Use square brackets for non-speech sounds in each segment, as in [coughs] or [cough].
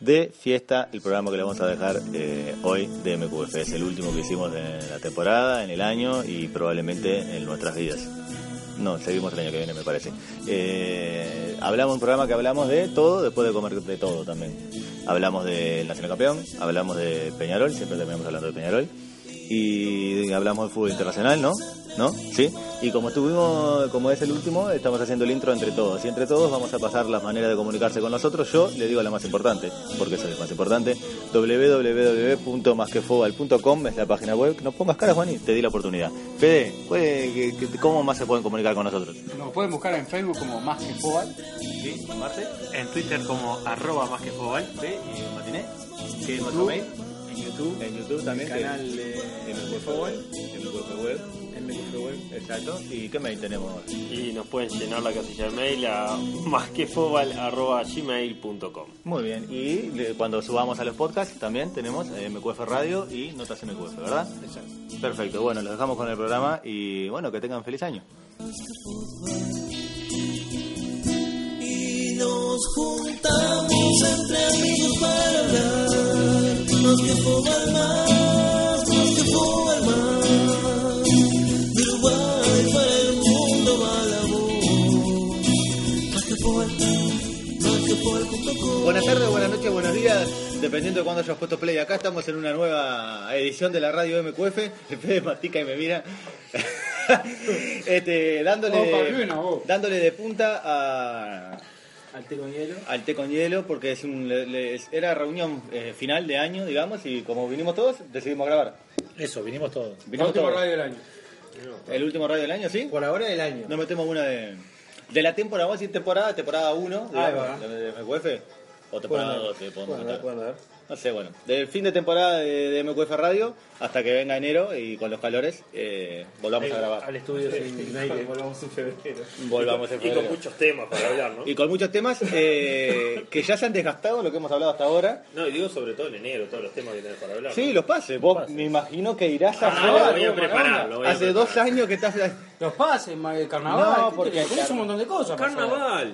de Fiesta, el programa que le vamos a dejar eh, hoy de MQF. Es el último que hicimos en la temporada, en el año y probablemente en nuestras vidas. No, seguimos el año que viene, me parece. Eh, hablamos un programa que hablamos de todo, después de comer de todo también. Hablamos del Nacional Campeón, hablamos de Peñarol, siempre terminamos hablando de Peñarol. Y hablamos de fútbol internacional, ¿no? ¿No? Sí. Y como estuvimos, como es el último, estamos haciendo el intro entre todos. Y entre todos vamos a pasar las maneras de comunicarse con nosotros. Yo le digo la más importante, porque esa es la más importante. www.masquefobal.com es la página web. No pongas cara, Juan, y te di la oportunidad. Fede, ¿puede- que- que- ¿cómo más se pueden comunicar con nosotros? Nos pueden buscar en Facebook como Más que Fobal. Sí, Marte, En Twitter como arroba más que fobal. sí, y Matiné. ¿Qué es nuestro mail? En YouTube. En YouTube también. El canal de- En web. Exacto. ¿Y qué mail tenemos? Y nos pueden llenar la casilla de mail a [laughs] más que fobal arroba gmail.com. Muy bien, y le- cuando subamos a los podcasts también tenemos eh, MQF Radio y Notas MQF, ¿verdad? Perfecto, bueno, los dejamos con el programa y bueno, que tengan feliz año. Y nos juntamos entre amigos para hablar. Más que fumar más, más que fumar más. De Uruguay para el mundo va la voz. Más que fumar, más que fumar punto com. Buenas tardes, buenas noches, buenos días, dependiendo de cuándo hayas puesto play. Acá estamos en una nueva edición de la radio MQF. [laughs] El Fede mastica y me mira. [laughs] este, Opa, dándole, Luna, vos. dándole de punta a, Al té con hielo. al té con hielo porque es un, le- le- era reunión eh, final de año, digamos, y como vinimos todos, decidimos grabar. Eso, vinimos todos. La Vinimos última todos. radio del año. El último radio del año, ¿sí? Por ahora del año. Nos metemos una de. De la temporada, vamos a decir temporada, temporada 1, Ah, digamos, va. de, de MQF. O temporada 2, que podemos Bueno, contar. bueno, a ver. No sé, bueno. Del fin de temporada de, de MQF Radio hasta que venga enero y con los calores eh, volvamos a grabar. Al estudio sin aire. Volvamos en Y con febrero. muchos temas para hablar, ¿no? Y con muchos temas eh, que ya se han desgastado lo que hemos hablado hasta ahora. No, y digo sobre todo en enero, todos los temas que tenés para hablar. Sí, ¿no? los pases. Vos me imagino que irás a Ah, probar. lo voy a preparar, lo voy a Hace preparar. dos años que estás. Los pases, ma- el carnaval. No, ¿qué porque te- tenés car- un montón de cosas. para Carnaval.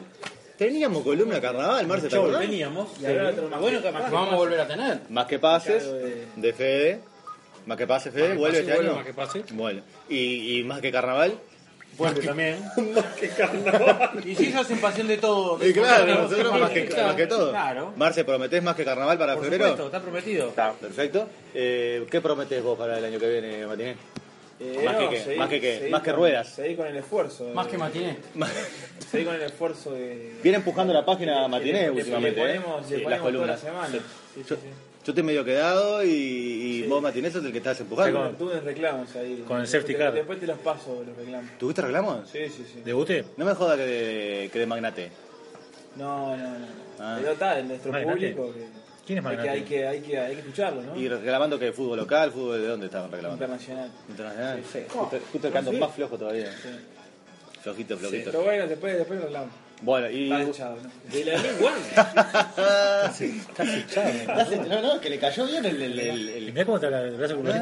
Teníamos columna carnaval, Marce, ¿te hacer. acordás? Veníamos. y ahora otro- Bueno, capaz que vamos a volver a tener. Más que pases, Claro, eh. de Fede. Más que pases, Fede, que pases, vuelve este vuelve año. Más que pases. Bueno, y, y más que carnaval. Fuerte también. ¡Qué carnaval! Y si ellos en pasión de todo. Y claro, Claro, nosotros sí, más que, claro, más que todo. Claro. Marce, ¿prometés más que carnaval para Por febrero? supuesto, está prometido. Perfecto. Eh, ¿Qué prometés vos para el año que viene, Matiné? Eh, Más que no, qué, seguí- más que qué, seguí más que con- ruedas. Seguí con el esfuerzo. Más eh, que matiné. Seguí con el esfuerzo de. Viene empujando la página Matiné Le- le- últimamente, Le ¿eh? ponemos, le Sí, las ponemos toda la columnas. semana. Sí, sí, Yo, sí. yo te medio quedado y, y vos, Matiné, sos el que estás Con empujando. tuve reclamos ahí. Con el Después safety te- car. Después te los paso los reclamos. ¿Tuviste reclamos? Sí, sí, sí. ¿Debuté? No me jodas que de, que de magnate. No, no, no. Ah. Pero está, en nuestro Magnate. público. Que, ¿Quién es hay Magnate? que, hay, que, hay, que, hay que escucharlo, ¿no? Y reclamando que fútbol local, fútbol de dónde estaban reclamando. Internacional. Internacional. Sí, sí. Justo, justo el canto más flojo todavía. Flojito, flojito. Pero bueno, después, después reclamos. Bueno, y. Está echado, ¿no? De la lengua. [laughs] Casi, No, no, que le cayó bien el. el, el, el- Mirá cómo te la el brazo con Ah,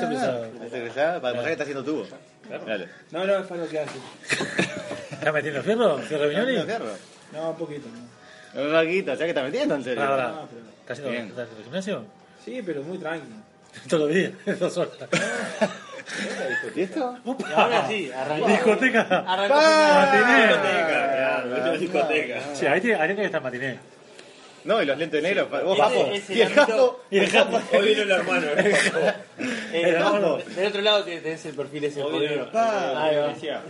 este cruzado, Para demostrar que está haciendo tubo. Dale. No, no, es para lo que hace. ¿Estás metiendo fierro? ¿Fierro No, viñones? fierro. No, poquito. ¿no? Un raquito, o sea que está metiendo en serio. Ah, No, pero- ¿Estás haciendo Bien. estás haciendo gimnasio? Sí, pero muy tranquilo. Todos los días, dos horas. Ah, ¿Y esto? Opa. Ahora sí, arrancó. Ah. Discoteca. Discoteca, claro, mucha discoteca. Sí, ahí tiene, ahí tiene que estar matiné. No, y los lentes negros. Vos, Ese- Japo. ese Y [laughs] el gatito- Japo. Y el japo. Hoy vino el hermano. El hermano. del otro lado tenés el perfil ese. Hoy vino- Ah, Ahí va.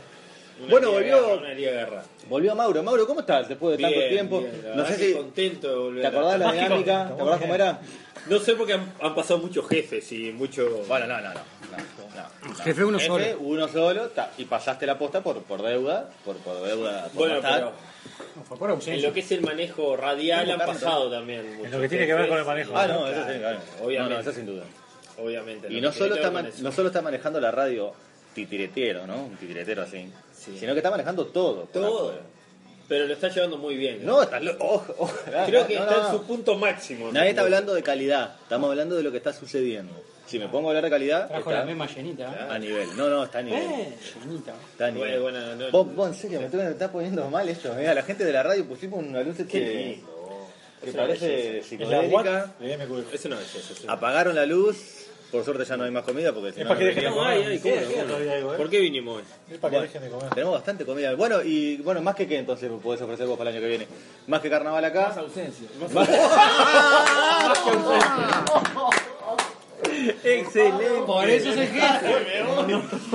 Una Bueno, liga volvió- guerra, Una liga guerra. Volvió Mauro. Mauro, ¿cómo estás después de tanto Bien, tiempo? bien, la no verdad sé que si. contento de volver ¿Te a- acordás [laughs] la Mágico. dinámica? ¿Te acordás cómo era? No sé porque han, han pasado muchos jefes y mucho. Bueno, no, no, no. no, no. Jefe uno Jefe, solo. uno solo, ta, y pasaste la posta por, por deuda, por, por deuda, por Bueno, matar. pero No, fue por en ausencia. lo que es el manejo radial han pasado también. muchos lo que tiene que ver con el jefes. manejo. Ah, no, eso sí, claro. Obviamente. No, no, eso sin duda. Obviamente. Y lo no que solo, tiene que está ver man- con eso. no solo está manejando la radio titiretero, ¿no? Un titiretero así. Sino que está manejando todo. por Todo. afuera. Pero lo está llevando muy bien. No, está lo- ojo, ojo. Creo que No, está no, en no. su punto máximo. Nadie [laughs] está hablando de calidad, estamos hablando de lo que está sucediendo. Si me pongo a hablar de calidad, Trajo está la misma llenita. ¿eh? a nivel. No, no, está a nivel. Eh, llenita. Está a nivel. Bueno, bueno, no- eh. vos, vos, en serio, me estoy- me está poniendo mal esto. eh. A la gente de la radio pusimos una luz este que parece psicodélica. Es una belleza. sí. Apagaron la luz. Por suerte ya no hay más comida porque si no, para que no dejen- veníamos. No, ay, ay, ¿cómo no? todavía algo, ¿eh? ¿Por qué vinimos hoy? Es para que dejen de comer. Tenemos bastante comida. Bueno, y bueno, más que qué entonces podés ofrecer vos para el año que viene. Más que carnaval Más acá. ausencia. Excelente. Por eso es el [laughs] jefe.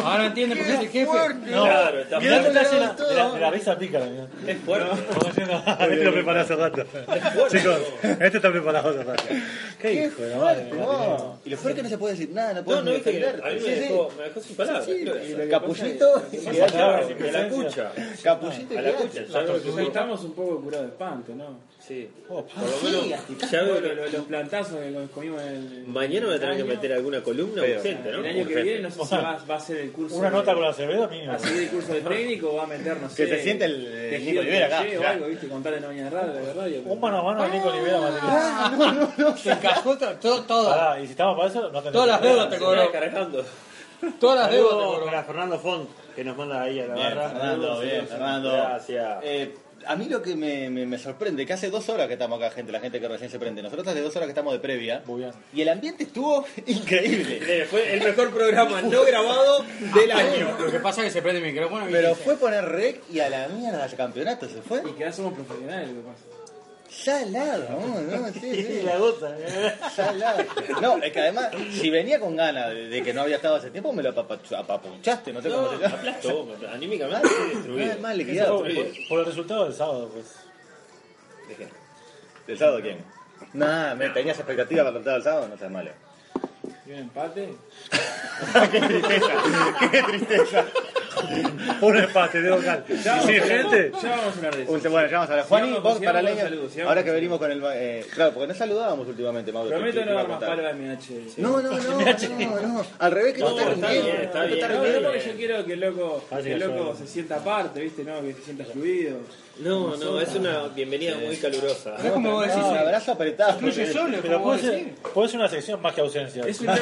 Ahora entiende por qué es el jefe. No, Claro, está mirá fuerte, la detalle de la, todo. de la, de la risa pícara. mirá. Es fuerte. Como diciendo, [laughs] este lo preparé hace rato. Chicos, este está preparado hace rato. Qué hijo de madre. No. [laughs] Y lo peor es que no se puede decir nada, no No, puedes no, ni viste que defenderte. a mí me Sí, sí. dejó, me dejó sin palabras. creo que eso. Capullito y Claro, hacha. de la cucha. Capullito y A la hacha. cucha. Ya veo que Pues ahí estamos un poco curados de espanto, ¿no? Sí. Por lo menos, ya veo Bueno, lo- que los plantazos que nos comimos en el. mañana me voy a tener que año. meter alguna columna Pero- urgente, ¿no? El año que Urgente. viene no sé si Ojalá. va, va a ser el curso. Una de- nota con la Acevedo, mínimo. ¿Va a seguir el curso de técnico o va a meter, no sé. Que te siente el, eh, tejido Nico Olivera acá, crochet O mirá. algo, viste, contarle en la mañana de radio. de radio, pero- Un mano a mano de Nico Olivera, Martínez. Se encajó to- to- todas. Pará, y si estamos para eso, no tenemos. Todas las deudas te Se está cobró. descargando. Todas las deudas te Saludos cobró. para Fernando Font, que nos manda ahí a la Bien, barra. Fernando, bien, Fernando. Gracias. Eh, a mí lo que me, me- me sorprende, que hace dos horas que estamos acá, gente, la gente que recién se prende. Nosotros hace dos horas que estamos de previa. Muy bien. Y el ambiente estuvo [laughs] increíble. Eh, Fue el mejor programa no grabado del año. Ah, Lo que pasa es que se prende el micrófono y Pero fue poner rec y a la mierda el campeonato se fue. Y que ya somos profesionales, lo que pasa. Salado, vamos, ¿no? Sí, sí. Y la gota. eh. Salado. No, es que además, si venía con ganas de, de que no había estado hace tiempo, me lo apapachu- apapuchaste, no sé No, cómo se me llama. [laughs] aplastó, me aplastó. anímicamente estoy destruido. Mal, mal Por, liquidado. por el resultado del sábado, pues. ¿Del sábado quién? Nah, me tenías expectativas para el resultado del sábado, no seas malo. Y un empate. Qué tristeza, qué tristeza. Un empate de local. Ya Y sin gente. Ya vamos a hablar de eso. Un, bueno, ya vamos a hablar. Juani, Sigamos, vos para sigamos leña. con saludos, sigamos Ahora con que saludos. venimos con el. ma- Eh, claro, porque no saludábamos últimamente, Mauro. Prometo te- te no iba a dar más contar. palo a MH. No, no, no, no, no. Al revés que no, No, está está rindiendo. bien, está no te bien. No, rindiendo. no, porque yo quiero que el loco, Ah, sí, que el yo- loco se sienta aparte, ¿viste? No, que se sienta fluido. No, no, es una bienvenida muy calurosa. Es como vos decís, No, un abrazo apretado. incluye solo, Pero como puede vos ser, decís. puede ser una sección más que ausencia. Es un loco.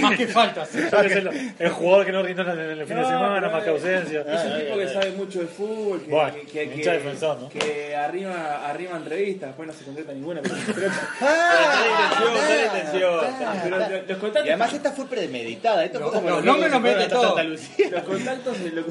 Más que faltas. Puede ser el, el jugador que no rindió en el, en el fin de No, Ah. semana, pero más que es- ausencia. Es un tipo que sabe mucho de fútbol, que, Bueno, que, que, hincha defensor, ¿no? que arrima, arrima entrevistas, después no se concreta ninguna. Pero, pero- [laughs] Ah, pero lo- los Y contactos, además esta fue premeditada. Esto fue como los nombres que los mete fueron hasta todo. Santa Lucía. los [laughs] contactos de lo-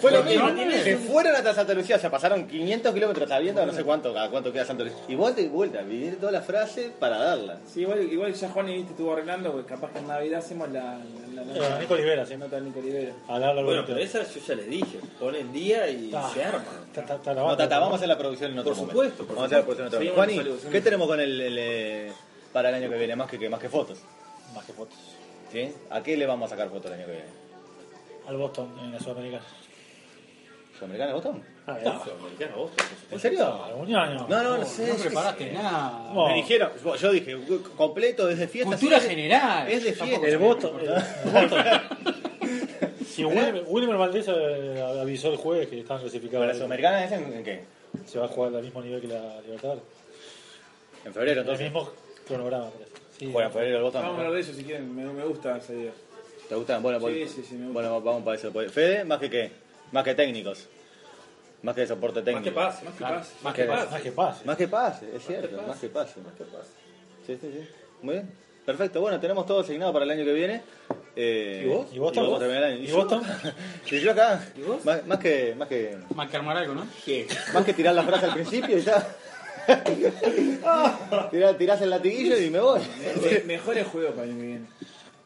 Fue lo Los mismo. nombres. Se fueron hasta Santa Lucía, o sea, pasaron 500 kilómetros sabiendo no sé cuánto, cada cuánto queda Santa Lucía. Y vuelta y vuelta, vivir toda la frase para darla. Sí, igual, igual ya Juan viste, estuvo arreglando, porque capaz que en Navidad hacemos la. la, la- Eh, Nico Olivera, sí. la nota de Nico Olivera. A darle Bueno, pero esa yo ya les dije. Ponen día y se arma. No, tata, vamos a hacer la producción en otro Por momento. supuesto, por vamos a hacer la producción en otro momento. Seguimos con Juani, saludos, ¿qué tenemos con el, el, eh, para el año que viene? Más que, que- más que fotos. Más que fotos. ¿sí? ¿A qué le vamos a sacar fotos el año que viene? Al Boston, en la Sudamericana. ¿Sudamericana Botón? Ah, Sudamericana, vos, por supuesto. ¿En serio? Algún año. No, no, no sé. No yo preparaste qué sé. nada. No. Me dijeron, yo dije, completo desde fiesta. Cultura sí, es de- general. Es de Tampoco fiesta. El Boston. el- [laughs] el Boston. Si Wilmer, Wilmer Valdés eh, avisó el jueves que estaban clasificados. ¿Para la Sudamericana es en, en qué? Se va a jugar al mismo nivel que la Libertadores. En febrero, El entonces. mismo cronograma, parece. Sí. pues, Juega en febrero el Vamos a hablar Botón. de eso si quieren, me, me gusta esa idea. ¿Te gustan? Bueno, Sí, vol- sí, sí, me gusta. bueno, vamos para eso. Pues, Fede, más que qué? Más que técnicos. Más que soporte técnico. Más que pase. Más que pasa. Más que faltas. Más que pase. Más que pase, es cierto, más que pase. Más que pase. Sí, sí, sí. Muy bien. Perfecto, bueno, tenemos todo asignado para el año que viene. Eh, ¿Y vos? ¿Y vos, Tom? terminar el año. ¿Y yo? vos, Tom? [laughs] y yo acá. Más, más que, más, que, Más que armar algo, ¿no? más que tirar la frase al principio y ya. Tirá- tirás el latiguillo y me voy. Me- Mejores juegos para el año que viene.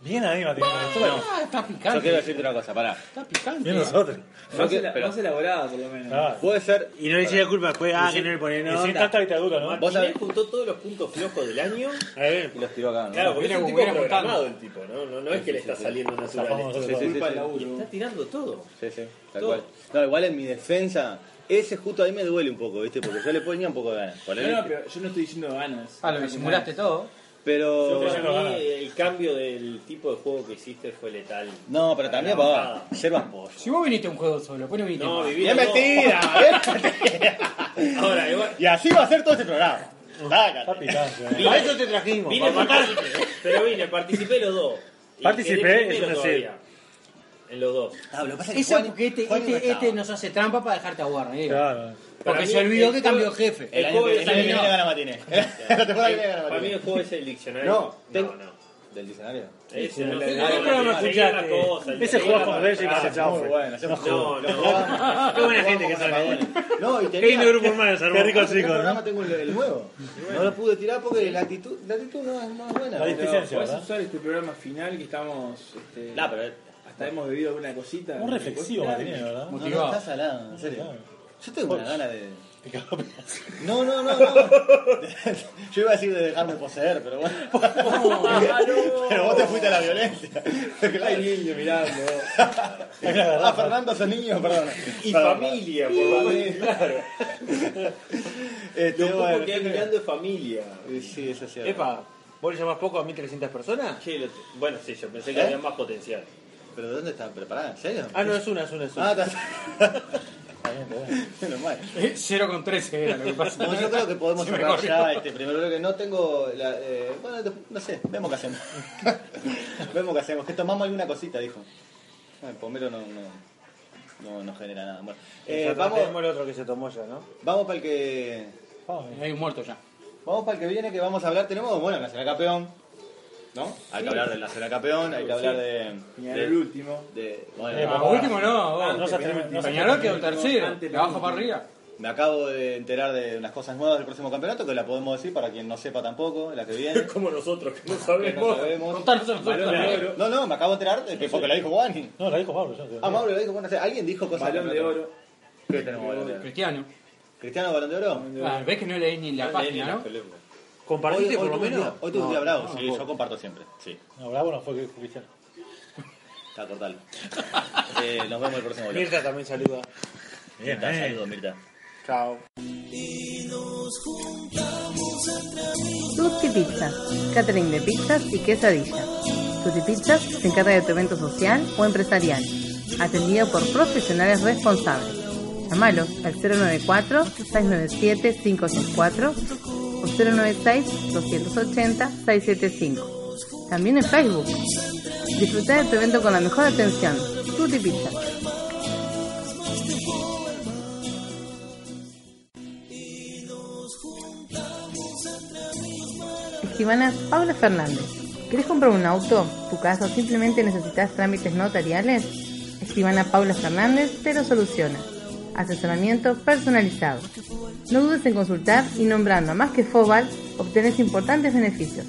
Bien ahí, Mati. No. Ah, está Yo picante. quiero decirte una cosa, pará. Está picante. Bien nosotros. Más, que- ela- pero- más elaborada, por lo menos. Ah, Puede ser. Y no le eché la culpa después, ah, que no le ponen y sin onda. tanta dictadura, ¿no? Vos Martínez sabés- juntó todos los puntos flojos del año A ver, Y los tiró acá, ¿no? Claro, porque Viene es un como tipo viene programado apuntando. el tipo, ¿no? No, no es que le está saliendo natural. nosotros Sí, sí, sí, Culpa sí. del laburo. Está tirando todo. Sí, sí, tal Todo. cual. No, igual en mi defensa, ese justo ahí me duele un poco, ¿viste? Porque yo le ponía un poco de ganas. ponele, No, no, ¿viste? pero yo no estoy diciendo ganas. Ah, lo disimulaste todo. pero... Para no mí, gana. el cambio del tipo de juego que hiciste fue letal. No, pero también Para la para bajada. ser más pollo. Si vos viniste a un juego solo, pues no viniste. No, más. viví. ¡Es no. [laughs] mentira! [laughs] Ahora, igual. y así va a ser todo este programa. está picante. [laughs] ¿eh? Para eso te trajimos. Vine, para matar. participé, pero vine, participé los dos. Y Participé, quedé es primero una todavía. En los dos. Ah, Eso porque este, este, este nos hace trampa para dejarte a Warner. digo. Claro. Para Porque mí se olvidó el que juego- cambió de jefe. El El año juego que el es año que viene el- gana Matinés. La temporada que viene gana Para mí Matinés. el juego es el diccionario. No, no, ten- no. ¿Del diccionario? Ese no, el- no, el- no, programa no, escuchaste. seguí la cosa, el- Ese seguí juego la con cosa. Reggie Ah, pasa chao. muy fue. bueno. hacemos No, juego. no. Lo jugamos. Qué buena Lo gente que jugamos son, con apagones. No, y Qué tenía... lindo grupo hermano, hermano. Qué rico Este chicos, programa ¿no? tengo el, el nuevo. No lo pude tirar porque la actitud, la actitud no es no es buena. La pero- deficiencia, ¿Puedes ¿verdad? usar este programa final que estamos. Este, No, pero Hasta hemos bebido alguna cosita. Un reflexivo, Claro. Matinés, ¿verdad? no, no está salado, en serio. Yo tengo una gana de. Picado a pedazos. No, no, no, [laughs] no. Yo iba a decir de dejarme poseer, pero [laughs] bueno. Ah, Pero vos te fuiste a la violencia. Hay niños mirando. Ah, Fernando son niños, perdón. Y Perdón, familia, perdón. por lo Y menos. [laughs] Claro. Este, Lo poco bueno, que hay mirando es familia. Sí, eso es cierto. Epa, ¿vos le llamás poco a 1300 personas? eh. Che, lo- Bueno, sí, yo pensé que ¿Eh? había más potencial. ¿Pero dónde está? ¿Preparada? ¿En serio? Ah, no, es una, es una, es una. Ah, está. [laughs] Menos mal. [laughs] 0 con 13 era lo que pasa. [laughs] No, yo creo que podemos Se me cerrar corrió. ya este primer bloque. No tengo la. eh, bueno, de- no sé, vemos qué hacemos. [laughs] vemos qué hacemos. Que tomamos alguna cosita, dijo. Bueno, Pomero no, no, no, no genera nada. Bueno, eh, Ya vamos, tenemos el otro que se tomó ya, ¿no? vamos para el que. Hay un muerto ya. Vamos para el que viene que vamos a hablar. Tenemos, bueno, Nacional Campeón. ¿No? Hay que hablar del Nacional Campeón, hay que hablar de. Ni de- el último. de- Eh, Ah, bueno, papá. último no, vos. No se atreven, no se Peñarol quedó atreven. tercero. Antes De la abajo última. para arriba. me acabo de enterar de unas cosas nuevas del próximo campeonato que la podemos decir para quien no sepa tampoco, la que viene. [laughs] Como nosotros, que no que no sabemos. sabemos. Contanos a nosotros. Balón de también. oro. No, no, me acabo de enterar de que porque la dijo Juan. No, la dijo Pablo. yo no sé. Ah, Mauro lo dijo, bueno, o sea, alguien dijo cosas. Balón de oro. ¿Qué tenemos balón de oro? Cristiano. ¿Cristiano balón de oro? Ah, Ves que no leí ni la página, ¿no? Hoy, hoy ¿Compartiste por lo tuve un menos? día- Hoy tuve un día bravo, sí, yo comparto siempre. Sí, No, Bravo no fue Cristiano. está [laughs] cortalo. eh, nos vemos el próximo video. Mirta también saluda. Mirta, saludos, Mirta. Chao. Tutti Pizza, catering de pizzas y quesadillas. Tutti Pizzas se encarga de tu evento social o empresarial, atendido por profesionales responsables. Llámalos al 094-697-564 o 096-280-675. También en Facebook. Disfruta de tu evento con la mejor atención. Tutti Pizza. Estimana Paula Fernández. ¿Querés comprar un auto, tu casa o simplemente necesitas trámites notariales? Estimana Paula Fernández te lo soluciona. Asesoramiento personalizado. No dudes en consultar y nombrando a más que Fobal obtenés importantes beneficios.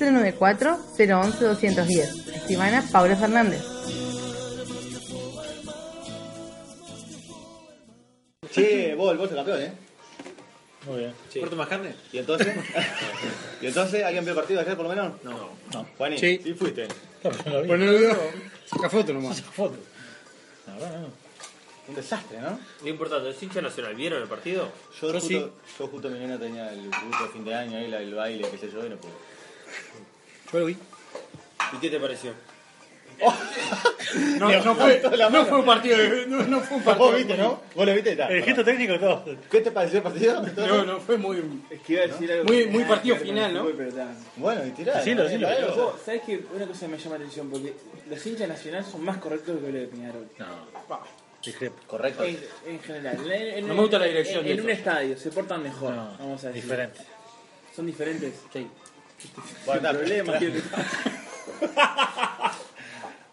094-011-210. Estimana Paula Fernández. Che, vos, el bolso campeón, ¿eh? Muy bien. ¿Corto más carne? ¿Y entonces? [laughs] ¿Y entonces? ¿Alguien vio el partido ayer, por lo menos? No. No. Juani, Sí. sí fuiste. No, yo no la vi. Bueno, no Saca foto nomás. Foto. La verdad, no. Un desastre, ¿no? Lo importante, ¿es hincha nacional? ¿Vieron el partido? Yo, justo, yo justo mi nena tenía el grupo de fin de año, ahí, la- el baile, qué sé yo, y no pude. Yo lo vi. ¿Y qué te pareció? No, no fue, no fue un partido. de- No, no fue un partido. [laughs] Vos viste, ¿no? Vos lo viste, está. El gesto técnico y todo. Eh, ¿Qué te pareció el [laughs] partido? No, no, fue muy. Es que iba a decir algo. Muy- que muy nada partido que ver con final, el ¿no? fútbol, pero está. Bueno, y tirá. Decilo, decilo, dale, decilo. vos. Vos, ¿Sabes que Una cosa me llama la atención porque los hinchas nacionales son más correctos que los de Peñarol. Correcto. En, en general. En- en- No me gusta la dirección En, de en eso. un estadio se portan mejor, No, vamos a decir. Diferente. Son diferentes. Bueno, está, Problema.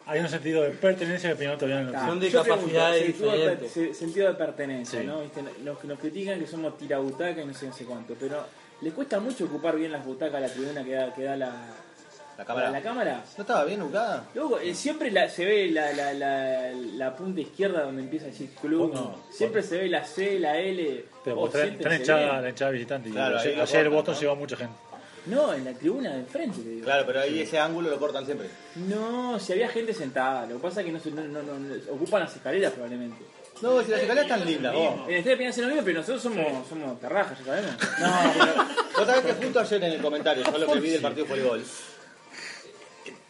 Hay un sentido de pertenencia que Peñarol todavía no Ah, tiene. Son de yo pregunto, capacidades sentido de diferentes. per- se- Sentido de pertenencia, Sí. ¿no? ¿Viste? Los que nos critican que somos tirabutacas y no sé, no sé cuánto, pero les cuesta mucho ocupar bien las butacas a la tribuna que da, que da la, La cámara. La cámara. ¿No estaba bien ubicada? Luego, eh, siempre la- se ve la, la, la, la punta izquierda donde empieza a decir club. Bueno, siempre se ve la C, la L. Pero o vos tenés- siempre tenés se hinchada- ve- la hinchada visitante. y Claro, ahí ayer lo ayer el cortan, Boston ¿no? llevó mucha gente. No, en la tribuna de enfrente, te digo. Claro, pero ahí ese ángulo lo cortan siempre. No, si había gente sentada. Lo que pasa es que no, se- no, no, no- no- ocupan las escaleras probablemente. No, si las escaleras están lindas, vos. En el Estadio Peña lo mismo, pero nosotros somos, somos terrajas, ya [laughs] sabemos. Vos sabés que justo ayer en el comentario, yo lo que vi del partido de voleibol,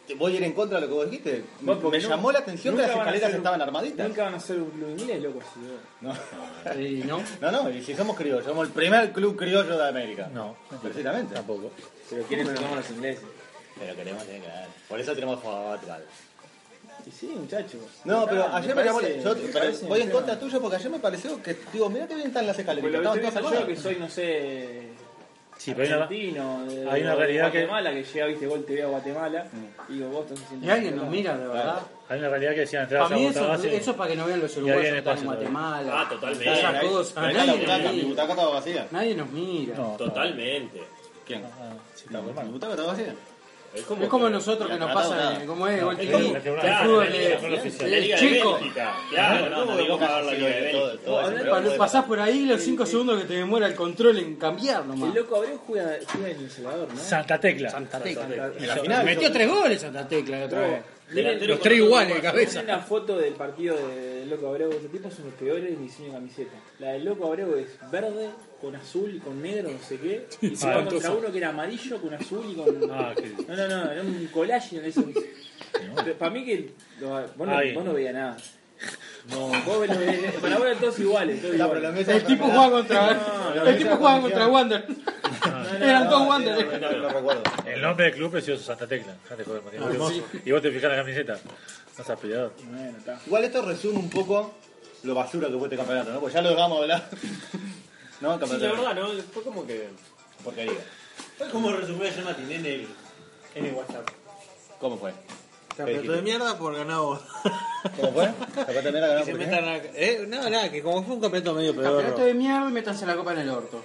eh, voy a ir en contra de lo que vos dijiste. Vos, Me no. llamó la atención que Nunca las van a escaleras ser- estaban armaditas. Nunca van a ser un club inglés, loco. Si vos. No. ¿No? no, no, y si somos criollos, somos el primer club criollo de América. No, Precisamente. tampoco. Pero quiénes somos los ingleses. Pero queremos tener que ganar. Por eso tenemos fútbol. Y sí, muchachos. No, pero Ah, ayer me llamó la parece- yo- me pero parece Voy en un contra tema. tuyo porque ayer me pareció que. Digo, mira que bien están las escaleras. Pues lo estaban que estoy todas viendo yo que armadas. soy, no sé, Sí, pero hay una- argentino, de, hay una realidad que- Mm. Guatemala, que... llega, viste, gol TV a Guatemala, y digo, vos estás haciendo... Y alguien nos mira, de verdad. hay una realidad que decían entrar a Para mí eso, Sabotabás y- eso es para que no vean los alguien uruguayos que están espacio en todavía. Guatemala. Ah, totalmente. Esas Pero ahí- cosas. pero ahí está la butaca, nadie, nos mi mira. butaca estaba vacía. Nadie nos mira. No, Totalmente. ¿Quién? sí, está ¿Mi bueno. butaca estaba vacía? Es como, Es como nosotros que nos Tratado pasa, nada. eh, como es Gol es TV, como- que claro, el fútbol la de- liga, son los de- oficiales. La Liga de chico. Bélgica. Claro, no, no, digo pagar la Liga de Todo- Bélgica. todo eso, Ahora, pero Pa- bueno. Pasás por ahí los 5 segundos que te demora el control en cambiar El nomás. loco Abreu juega, juega en El Salvador, ¿no? Santa Tecla. Santa Tecla. En la final. Metió tres goles Santa Tecla la otra Pero- vez. miren- Los tres iguales de Miren cabeza. la foto del partido del Loco Abreu, este tipo son los peores en diseño de camiseta. La del Loco Abreu es verde, con azul, con negro, no sé qué, y se Ah, va entonces- contra uno que era amarillo, con azul y con... Ah, qué- No, no, no, era un collage en eso. Para mí que. lo- vos, no, Ay. vos no veías nada. No, vos no veías. Para vos eran todos iguales. Todos No, pero la iguales. mesa- El tipo juega No, no, contra. no, El tipo no, juega no, contra no. Wander. Eran dos Wander. No, no recuerdo. El nombre del club precioso, Santa Tecla. Dejate joder, Matías. Y vos te fijas en la camiseta. No seas peleador. Bueno, está. Igual esto resume un poco lo basura que fue este campeonato, ¿no? Pues ya lo dejamos hablar. ¿No? El Sí, Campeonato. la verdad, ¿no? Fue como que. Porquería. Fue como resumió ayer Martín en el, en el WhatsApp. ¿Cómo fue? Campeonato de mierda por ganado. ¿Cómo fue? Zapata Negra ganó Y se por qué? metan a- ¿Eh? No, nada, que como fue un campeonato medio Campeonato peor. de mierda y métanse la copa en el orto.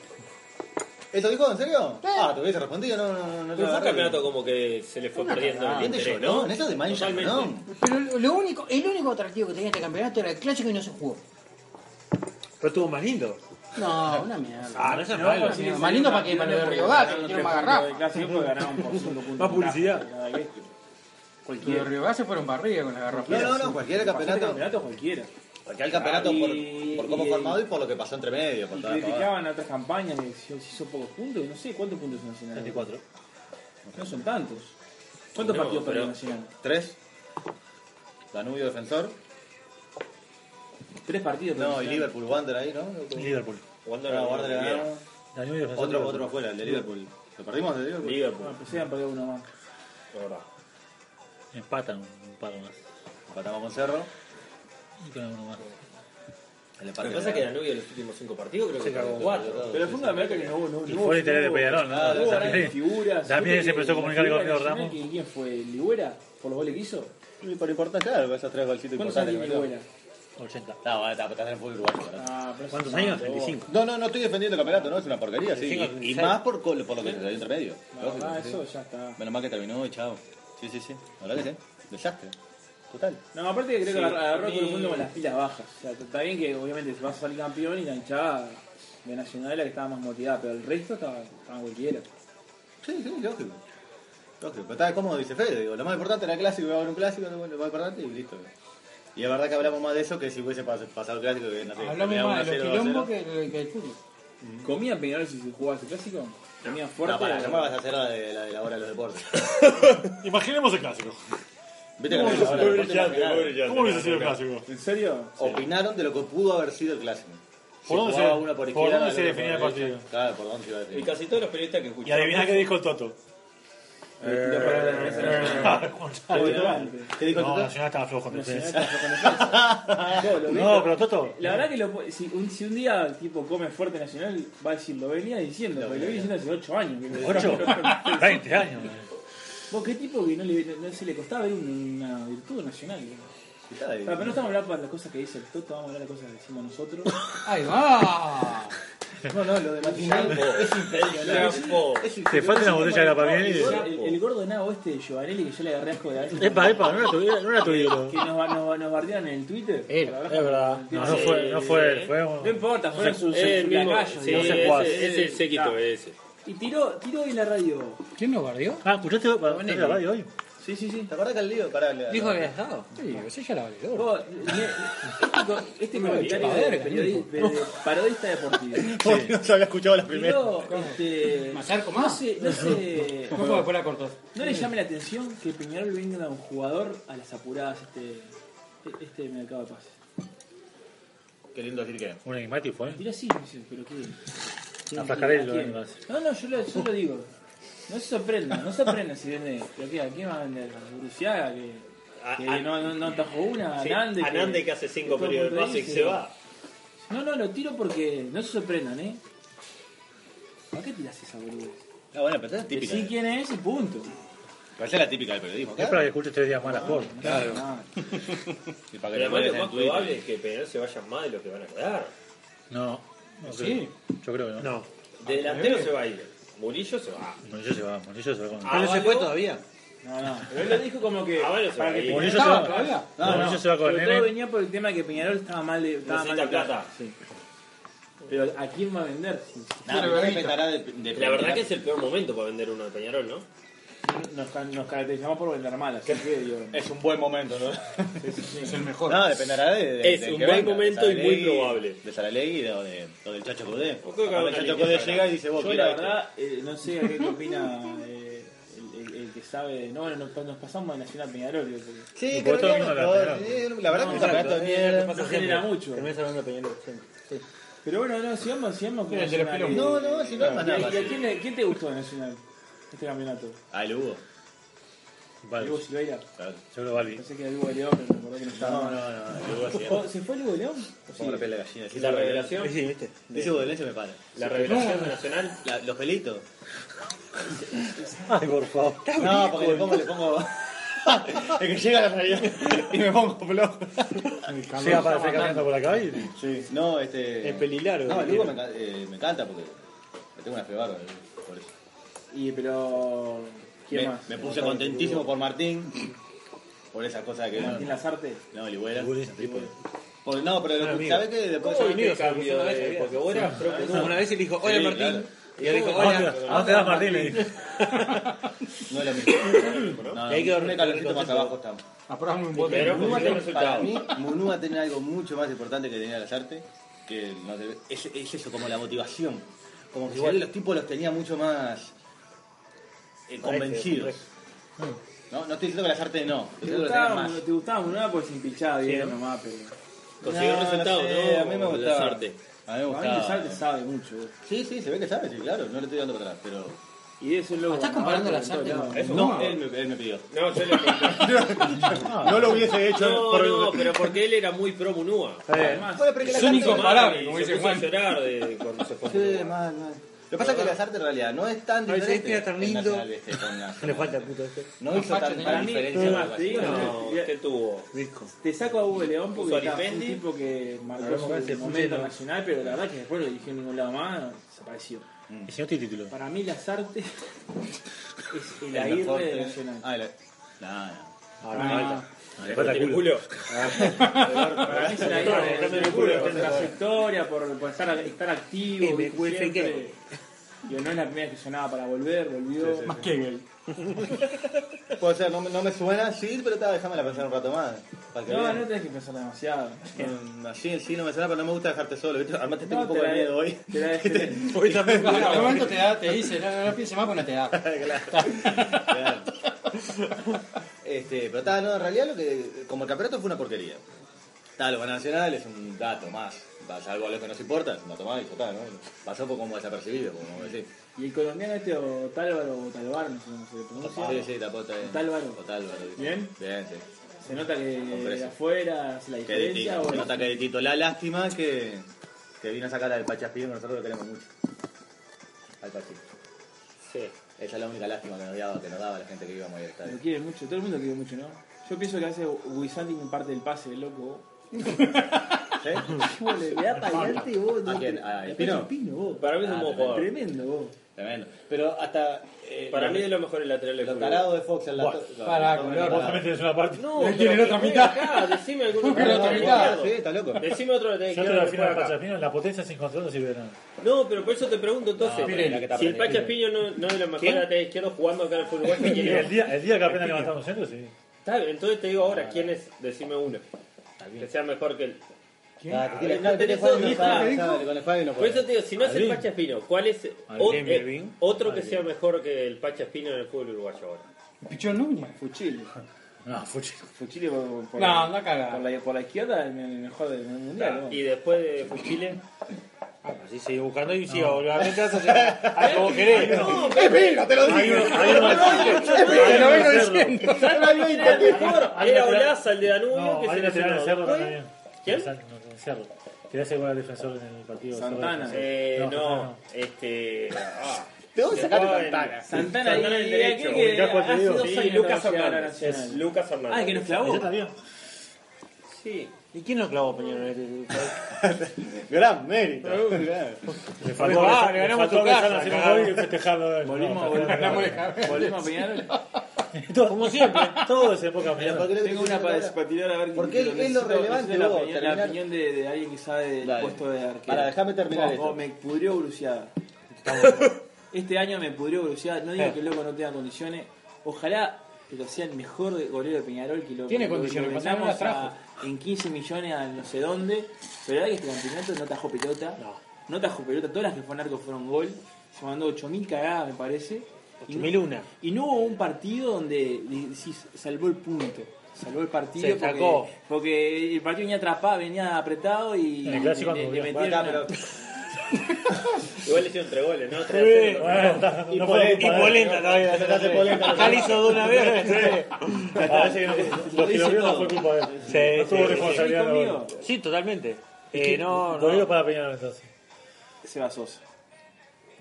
¿Eso dijo? ¿En serio? Ah, te hubiese respondido, no, no, no. no Pero lo fue un agarré. campeonato como que se le fue perdiendo el Bien de interés, llorón, ¿no? eso de Maíz Totalmente. Llorón. Pero lo único, el único atractivo que tenía este campeonato era el clásico y no se jugó. Pero estuvo más lindo. No, una mierda. no se malo. Sí, Ah, Más salió lindo una- para que- para una- lo de Río Gato, que una- tiene más una- garrafa. de Clásico que ganaron por cinco puntos. Más publicidad. Nada que esto. Los de Cualquiera. Río Gas se fueron barriga con la garrafa. No, no, no, cualquier Pasó este campeonato. campeonato cualquiera. Cualquier campeonato por, Y- por cómo y- formado y por lo que pasó entre medio. Por Y toda la pavada. criticaban a otras campañas que se se hizo pocos puntos. No sé cuántos puntos hizo Nacional. 24. No son tantos. ¿Cuántos No, partidos perdió pero- Nacional? Tres. Danubio defensor. Tres partidos. perdió No, y Nacional. Liverpool Wander ahí, ¿no? Liverpool. Jugando la Wander le ganaron. Danubio Defensor Otro, Liverpool. otro afuera, el de Liverpool. ¿Lo perdimos de Liverpool? Liverpool. Bueno, pues se han perdido uno más. Empatan un un par más. Empatamos con Cerro. Y con uno más. El Lo empate que pasa es que le ganaron. Danubio en los últimos cinco partidos creo que Se cagó perdió cuatro. todo. Pero fue un campeonato que no hubo. No, Y no fue hubo- el interés de hubo- Peñarol, ¿no? hubo También- grandes figuras. también Creo se que empezó a la comunicar con figura Leo nacional, Ramos. que- ¿Quién fue? ¿Ligüera? ¿Por los goles que hizo? Y por importante, claro, esos tres golcitos ¿Cuántos años importantes. que tiene metió. Ligüera? 80. No, bueno, está, está en el fútbol uruguayo. ¿verdad? Ah, pero eso ¿Cuántos no, años? pero vos- 35. No, no, no estoy defendiendo el campeonato, ¿no? Es una porquería, sí. Sí, Y, y sí. más por, col- por lo que se salió entre medio. La Lógico, verdad, sí. eso ya está. Menos mal que terminó y chao. Sí, sí, sí. La verdad que sí. Desastre. Total. No, aparte que creo que Sí, agarró a todo el mí- mundo con las pilas bajas. O sea, está bien que obviamente vas a salir campeón y la hinchada de Nacional es la que estaba más motivada, pero el resto estaba, estaba cualquiera. Sí, sí, lógico. Lógico. Pero está como dice Fede, digo, lo más importante era el clásico, iba a haber un clásico, lo más importante y listo. Y la verdad que hablamos más de eso que si hubiese pas- pasado el clásico que no sé. Hablamos terminaba más de 1-0, los 2-0. quilombos que que del fútbol. ¿Comía Mm-hmm. Peñarol si se jugaba ese clásico? ¿Comía fuerte? No, para, no me vas a hacer la de la, de la hora de los deportes. Imaginemos el clásico. Viste que la de la hora de los deportes imaginaron. ¿Cómo hubiese sido el clásico? ¿En serio? Opinaron de lo que pudo haber sido el clásico. ¿Por dónde jugaba se- uno por por izquierda, dónde se el otro definía por el derecha. partido? Claro, por dónde se iba a Y definir. casi todos los periodistas que escucharon. Y adiviná qué dijo Toto. Obviamente. ¿Qué dijo No, Toto? Nacional estaba flojo con defensa. No, [laughs] No, pero Toto. La verdad que lo- si, un, si un día tipo come fuerte Nacional, va a decir, lo venía diciendo, Lo porque lo venía venía. diciendo hace 8 años. que lo- ¿Ocho? 20 años. [laughs] Vos, qué tipo que no, le, no- no se le costaba ver un- una virtud nacional. ¿no? Está ahí. [laughs] Pero no estamos hablando de las cosas que dice el Toto, vamos a hablar de las cosas que decimos nosotros. Ahí va. No, no, lo de Matinal es impresionante. Es- Te falta una botella de la Paganini. El gordo- El, el gordo nabo este de Giovanelli que yo le agarré asco de la [laughs] vez. Epa, epa, no era tu, no era tu ídolo. Que nos, ba- nos, nos bardearon en el Twitter. Eh, Él, La es verdad. No, no fue, no fue él, fue un- No importa, fueron sus Eh, el sus mismo- lacayos, sí, Eh, digamos. ese- ese se quitó, Ah. ese. Y tiró, tiró hoy la radio. ¿Quién lo guardió? Ah, ¿escuchaste Bonelli. la radio hoy? Sí, sí, sí. ¿Te acordás que el lío? Pará, le- Dijo que había estado. Sí, ese ya la validó. Vos, ne- este co- este comentario chupa de verga, periodi- de- de parodista deportivo. Vos [laughs] no se había escuchado las primeras. Tiró, este, Mazarco no más. sé, [laughs] no sé, No fue después la cortó. no le llame la atención que Peñarol venga a un jugador a las apuradas este, este mercado de pases. Qué lindo decir que. Un enigmático fue. Tira así, dice, pero ¿quién? A Frascarelli lo ¿A quién? venden más. No, no, yo lo, yo lo digo. No se sorprenda, no se sorprenda si vende. ¿Pero qué? ¿A quién va a vender? ¿A Bruciaga? Que, A- que a- no, no, no atajó una. ¿A Sí, Nande? Anande que hace cinco todo el periodos de mundo pase y dice. se va. No, no, lo tiro porque no se sorprendan, ¿eh? ¿Para qué tiras esa boludez? Ah, bueno, pero esa es típica. Decí quién es y punto. Pero esa es la típica del periodismo. Es para que escuches tres días más la por. Claro. No, Y para que Pero le mandes además lo en más Twitter. probable es que Peñarol se vayan más de lo que van a quedar. No, no Sí. creo. Yo creo que no. No. De delantero se va a ir. Murillo se va. Murillo se va, Murillo se va con. Ah, Pero no se ¿vale? fue todavía. no. Pero él lo dijo como que. Ah, bueno, se va para a que ir. Murillo se ¿Estaba va. todavía? No, Murillo se va con Sobre el todo nene. venía por el tema de que Peñarol estaba mal de, estaba mal de Necesita plata. Sí. Pero ¿a quién va a vender? Si- Nah, pero empezará de, de La verdad que es el peor momento para vender uno de Peñarol, ¿no? Nos, ca- nos caracterizamos por vender mal, así que digo. es un buen momento, ¿no? Es el mejor. No, dependerá de. de- Es del un que buen venga, momento de Saralegui, y muy probable. De Saralegui y de, o de- o del Chacho Codé. creo que haga Cuando el una Chacho Codé limpieza llega acá. y dice: Vos, Yo mira la esto. verdad eh, no sé a qué [laughs] opina eh, el, el- el que sabe. No, bueno, nos, nos pasamos de Nacional a Peñarol, digo, porque Sí, Y por creo todo que el mundo no, la no, esperaron. sí, La verdad que es un campeonato de mierda. no genera mucho. Terminás hablando de Peñarol siempre. Sí. Pero bueno, no, sigamos, sigamos con Mira, te lo Nacional. explico. No, no, si no es más ¿Y, nada. a- y a quién, le- quién te gustó de Nacional este campeonato? Ah, el Hugo. Vale, ¿Lugo yo Silveira? Claro. creo que Balbi. Pensé que era Lugo de León, pero me acordé que no estaba. No, no, no, el Hugo sí. Oh, ¿Se fue Lugo de León? Me pongo la piel de gallina. Sí, La sí, revelación, Sí, viste. Ese Hugo de leche me para. la revelación nacional. La- los pelitos. Ay, por favor. No, porque le pongo, le [laughs] pongo. es que llega la realidad y me pongo flojo. Llega para hacer caminando por acá y. Sí. No, este. Es pelilargo. No, el Hugo me, enca- eh, me encanta porque le tengo una fe bárbara. eh, por eso. Y pero. ¿Quién Me, más? me puse contentísimo por Martín. Por esas cosas que. Martín Lazarte. No, Ligüera. Ligüera. Por- no, pero lo, ¿sabés qué? Después ¿Cómo viste el se lo cambio puso una vez, de había- Pokébora? Creo que Una vez él dijo, hola Sí, Martín. claro. Y él dijo, ¿A dónde- hola. a dónde vas, Martín? Le dije. no es lo mismo. No, no, Y hay que dormir un escaloncito más abajo estamos. Aprobame un Pero bote. no consiguió el Para resultado. mí, Munúa tiene algo mucho más importante que tenía las artes, que no te- es, es eso, como la motivación. Como que igual los tipos los tenía mucho más eh, convencidos. No, no estoy diciendo que las artes no, estoy Te diciendo que los tenían gustaba, más. te gustaba Munada porque se empinchaba bien nomás, pero. Consiguió el No, no resultado, sé, ¿no? A mí me Las gustaba. artes. A mí me A mí Lazarte gustaba. sabe mucho, vos. Sí, sí, se ve que sabe, sí, claro, no le estoy dando para atrás, pero... Y eso es lo Ah, ¿Estás comparando Lazarte con- Eso No, él me, él me pidió. No, yo le conté. No lo hubiese No, no, pero porque él era muy pro Munua. además. Son incomparables, como Y se dice puso a Juan. llorar de cuando se fue. Sí, Munua. mal, mal. Lo que pasa es que las artes en realidad no es tan Ay, diferente. este era tan en lindo. Nacional, viste, [laughs] con Nacional. Le falta puto este. No hizo facha, tanta para mí, diferencia. no, con algo te así. digo, No, usted tuvo. Disco. Te saco a Hugo de León porque Puso está, fue un Arimendi. tipo que marcó Hablamos su con ese momento puchero. nacional, pero la verdad que después lo dirigió en ningún lado más, desapareció. Y si no te título. Para mí [laughs] Lazarte es el El Aguirre deporte. de Nacional. Ah, el- no, no. Ah, Le falta El culo. culo. para mí es el Aguirre de- de- por la trayectoria, por, por estar, estar activo, M, viste, güey, siempre. que- Digo, no es la primera vez que sonaba para volver, volvió. Sí, sí. Más que él. Puede ser, no, me- no me suena, sí, pero estaba dejándome la pensar un rato más. Para que No, vean. no tenés que pensar demasiado. Mm, Así en sí no me suena, pero no me gusta dejarte solo, ¿viste? Además te tengo No, un poco de miedo hoy. [laughs] te la dejes. Hoy tampoco. En algún momento te da, te dice, no, no, no pienses más porque no te da. Claro. este, pero está, no, en realidad lo que. Como el campeonato fue una porquería. Está, lo ganó Nacional es un dato más. Va, Salvo a los que nos importa, es un dato más y ya está, ¿no? Pasó por como desapercibido, como decir. Y el colombiano este, o Tálvaro o Talvar, no sé cómo se le pronuncia. Sí, sí, tapó está bien. Otálvaro. Otálvaro, dice. ¿Bien? Bien, sí. Se nota que Compresa. de afuera hace la Que de diferencia. Tito, o se nota que de Tito. La lástima que, que vino a sacar al Pachaspín, nosotros lo queremos mucho. Al Pachi. Sí. Esa es la única lástima que nos daba, que nos daba la gente que íbamos a ir al Lo estadio. quiere [laughs] mucho, todo el mundo lo quiere mucho, ¿no? Yo pienso que hace Wisanti me parte del pase, loco. ¿Eh? Boludo, Le da para adelante y vos. Ah, ¿A no quién? te- ¿A le Espino? pega un pino, vos. Para mí es un Ah, buen jugador. Tremendo, vos. Tremendo. Pero hasta. eh, Para lo- mí es lo mejor el lateral de Lo tarado de Fox al Buah, lato- lo- para, lo- color. lo- Vos también tenés una parte. No, Él pero tiene que otra juegue mitad. acá, decime alguno Tiene otra mitad. Sí, está loco. Decime otro lateral Yo te izquierdo que lo afirmo juegue al acá. Pachapiño, la potencia sin control no sirve de nada. No, pero por eso te pregunto entonces. pero mira que está si el aprendiendo. Pacha Piño no, no es la mejor ¿Quién? lateral izquierdo jugando acá en el fútbol [laughs] uruguayo, Y ¿quién el es? día, el día que apenas levantamos un centro, sí. Está bien, entonces te digo ahora, ¿quién es? Decime uno. Que sea mejor que él. Ah, que tiene- No, no, tiene tenés Fabio, otro, no hijo, sabe, ¿qué no sabe, con el Fabio no Por puede. eso te digo, si no es el Alvin. Pacha Espino, ¿cuál es Alvin, o- eh, Alvin. otro que sea mejor que el Pacha Espino en el fútbol uruguayo ahora? Pichón Núñez. Fuchile. No, fuchi. Fuchile por, por, No, anda a cagar. por la, por la izquierda el mejor del mundial. vos. Y después de Fuchile. Así sigue buscando y sigue volviendo a casa. Ay, como querés. No, Hay uno, hay uno lo vengo al cerro. diciendo. era mejor. Hay Era una- Olaza, el de Danubio, No, que se hay lateral en el lesionó. cerro Después, también. ¿Quién? En el cerro. Que le hace igual al defensor en el partido. Santana. Cerro. Eh, no, Santana este. Ah, ¿De dónde sacaste Juan. Santana? Santana, Santana y del derecho. aquel que Ubicás cuál te hace digo. dos sí, años Lucas no llegaba a la Hernández. Es Nacional. Lucas Hernández. Ah, que [laughs] nos clavó. Ella también. Sí. ¿Y quién lo clavó, Peñarol? [laughs] Gran mérito. Le faltó Ah, que- le le ganamos faltó tu que casa, salgan haciendo cagado. gol y festejarlo. Volvimos, No, volvimos, no, no. volvimos a Peñarol. Como siempre, todo es época Peñarol. Tengo una para, para tirar a ver Porque qué- es- es lo necesito- relevante, necesito la, vos, opinión, terminar- la opinión de, de alguien que sabe del Dale. puesto de arquero. Pará, déjame terminar Vos, esto. vos, me pudrió bruciada. [laughs] este año me pudrió bruciada. No Eh. digo que el loco no tenga condiciones. Ojalá que lo sea el mejor de- golero de Peñarol que lo Tiene lo- condiciones, lo cuando no vendamos las trajo. a- en 15 millones a no sé dónde. Pero la verdad que este campeonato no tajó pelota. No. tajó pelota. Todas las que fue en arco fueron gol. Se mandó 8.000 cagadas, me parece. Y no- luna. y no hubo un partido donde decís, salvó el punto. Salvó el partido Se porque, sacó. porque el partido venía atrapado, venía apretado y El clásico le, cuando le volvió. metieron Acá, una- Igual le hicieron tres goles, ¿no? Tres a cero. Bueno, está- no fue culpa de él. todavía. Se hace polenta. Acá le hizo de una vez. Ah, Parece que lo- lo que lo vio no fue culpa de él. No tuvo responsabilidad. ¿Venís no. conmigo? Sí, totalmente. Sí, Eh, no, Golero no. para Peñarol entonces. Se va Sosa.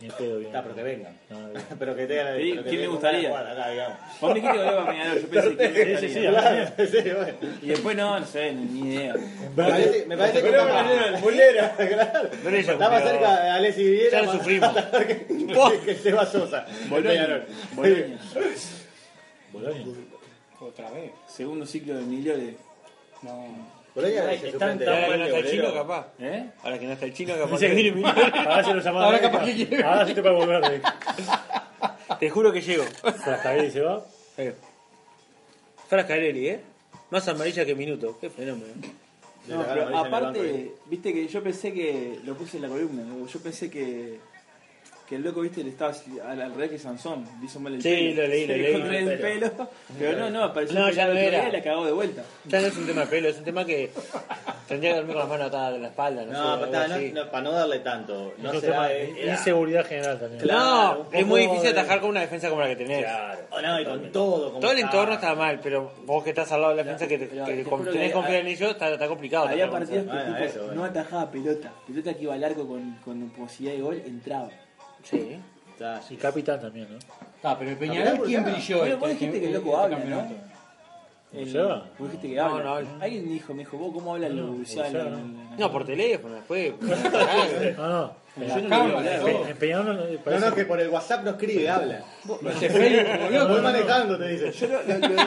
Ni en pedo, bien. Está, pero que vengan. No, bien. Pero que tengan pero Sí, que ¿quién le tengan gustaría? una jugada acá, digamos. Vos me dijiste que volvía a Peñarol, yo pensé que Sí, sí, sí, venía. a mí En serio, bueno. Y después no, no sé, ni idea. Me parece- Me parece que está más- Mulera, claro. No le hizo Está más culpa. cerca de Alessi Viera. Ya lo más- [laughs] sufrimos. que- [laughs] que- Que se va Sosa. Bolonia. Bolonia. Bolonia. Otra vez. Segundo ciclo de Miliore. No. Bolonia es el suplente. Ahora que no está el chino, capaz. ¿Eh? Ahora que no está el chino, capaz. Dice que- Guilherme, Ahora se lo llamaba. Ahora Rebeca. capaz que quiere. Ahora sí te puede volver. Rebeca. Te juro que llego. Frascaelli se va. Eh. Frascarelli, ¿eh? Más amarilla que minuto. Qué fenómeno. ¿eh? Le No, sacaron pero amarilla en el banco, aparte, viste que yo pensé que. Lo puse en la columna, ¿no? yo pensé que. Que el loco, viste, le estaba al, al revés que Sansón, le hizo mal el Sí, pelo. lo leí, lo [laughs] Le leí. cortó el pelo, pero no, no, apareció No, el ya no otro día era. y la cagó de vuelta. Ya no es un tema de pelo, es un tema que tendría que dormir con las manos atadas en la espalda. No, No, sé, pero está, algo no, así. no, para no darle tanto. No Es un será, tema eh, de era- inseguridad general también. Claro. Ah, No, un es muy poco difícil de- atajar con una defensa como la que tenés. Claro. Oh, no, y con todo. como Todo el está. entorno está mal, pero vos que estás al lado de la defensa que, te- pero que te con- juro que tenés hay- confianza en ellos, está, está complicado. Había atacar con partidos que bueno, este tipo, eso, bueno. no atajaba pelota, pelota que iba al arco con, con posibilidad de gol, entraba. esa- Sí. Está, Y capitán también, ¿no? Ah, pero Peñarol, ¿quién brilló? este? Bueno, vos dijiste que el loco habla, ¿no? El- Bursaba. Vos dijiste que No, habla. no, el- Alguien dijo, me dijo, vos cómo habla No, lo Bursaba. No, por teléfono, después. No, no. Yo no lo ¿eh? cámara, hablar, Pe- vos. En Peñarol no- No, parece- no, que por el WhatsApp no escribe, habla. Voy loco. manejando, te dice.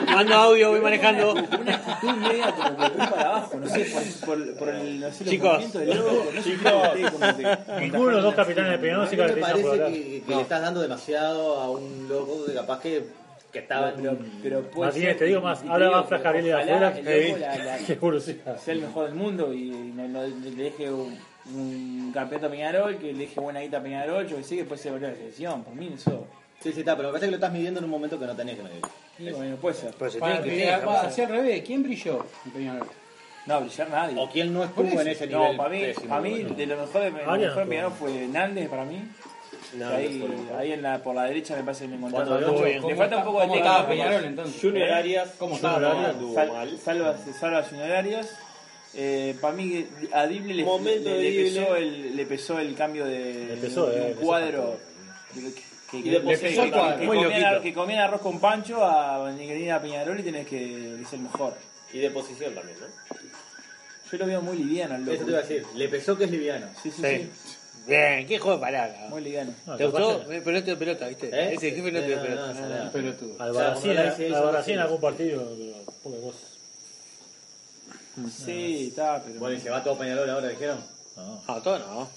Mando audio, voy manejando. Una actitud media como que fue para abajo, no sé, por, por, por el, no sé, los Chicos. movimientos del loco, no sé ustedes como que- [laughs] Ninguno de los dos capitanes de Peñarol se A mí me caracterizan por parece hablar. que, que le estás dando demasiado a un loco que capaz que, que estaba en Ah, Pero, pero puede Más bien, ser, te digo y- más, y te ahora digo va que Frascarelli de ojalá afuera el que loco la- la- [laughs] que curiosidad. sea el mejor del mundo y no, no- le deje un, un campeonato a Peñarol, que le deje buena guita a Peñarol, yo que sé, que después se volvió a la selección. Por mí, eso. Sí, sí, está, pero me parece que lo estás midiendo en un momento que no tenés que medir. Y bueno, puede ser. Pero se Para, tiene mira, que- va, hacia al revés, ¿quién brilló en Peñarol? No, brillar nadie. O quien no Por estuvo eso. en ese nivel. No, para mí, pésimo, para mí boludo. de lo mejor de, lo Arias mejor de no Peñarol fue Nández para mí. que No, ahí no fue. ahí en la, por la derecha me parece que me encontré. Cuando todo. lo- Le falta un poco de ¿Cómo estaba técnica, Peñarol entonces? ¿Eh? Junior Arias. ¿Cómo estaba Peñarol? Anduvo Sal- mal. salva, se salva Junior Arias. Eh, para mí que a Dible le, Momento le- de le Dible. pesó el, le pesó el cambio de, Le pesó, de eh, un le pesó cuadro que, que, Y le pesó que- el que- cuadro, que muy comían loquito. ar- que comían arroz con pancho a Nicolina Peñarol y tenés que ser el mejor. Y de posición también, ¿no? Yo Yo lo veo muy liviano al loco. Eso te iba a decir. Le pesó que es liviano. Sí, sí, Sí. Bien, qué juego de palabras. Muy liviano. ¿Te gustó? Eh, Pelote de pelota, ¿viste? ¿Eh? Ese, qué pelote de No, no, pelota. no, no, no. Pelotudo. Albarracín, ¿eh? Sí, sí, Albarracín sí. en algún partido, pero poca cosa. Sí, está, pero. Bueno, y se va todo Peñarol ahora, dijeron. No, Ah, todo no.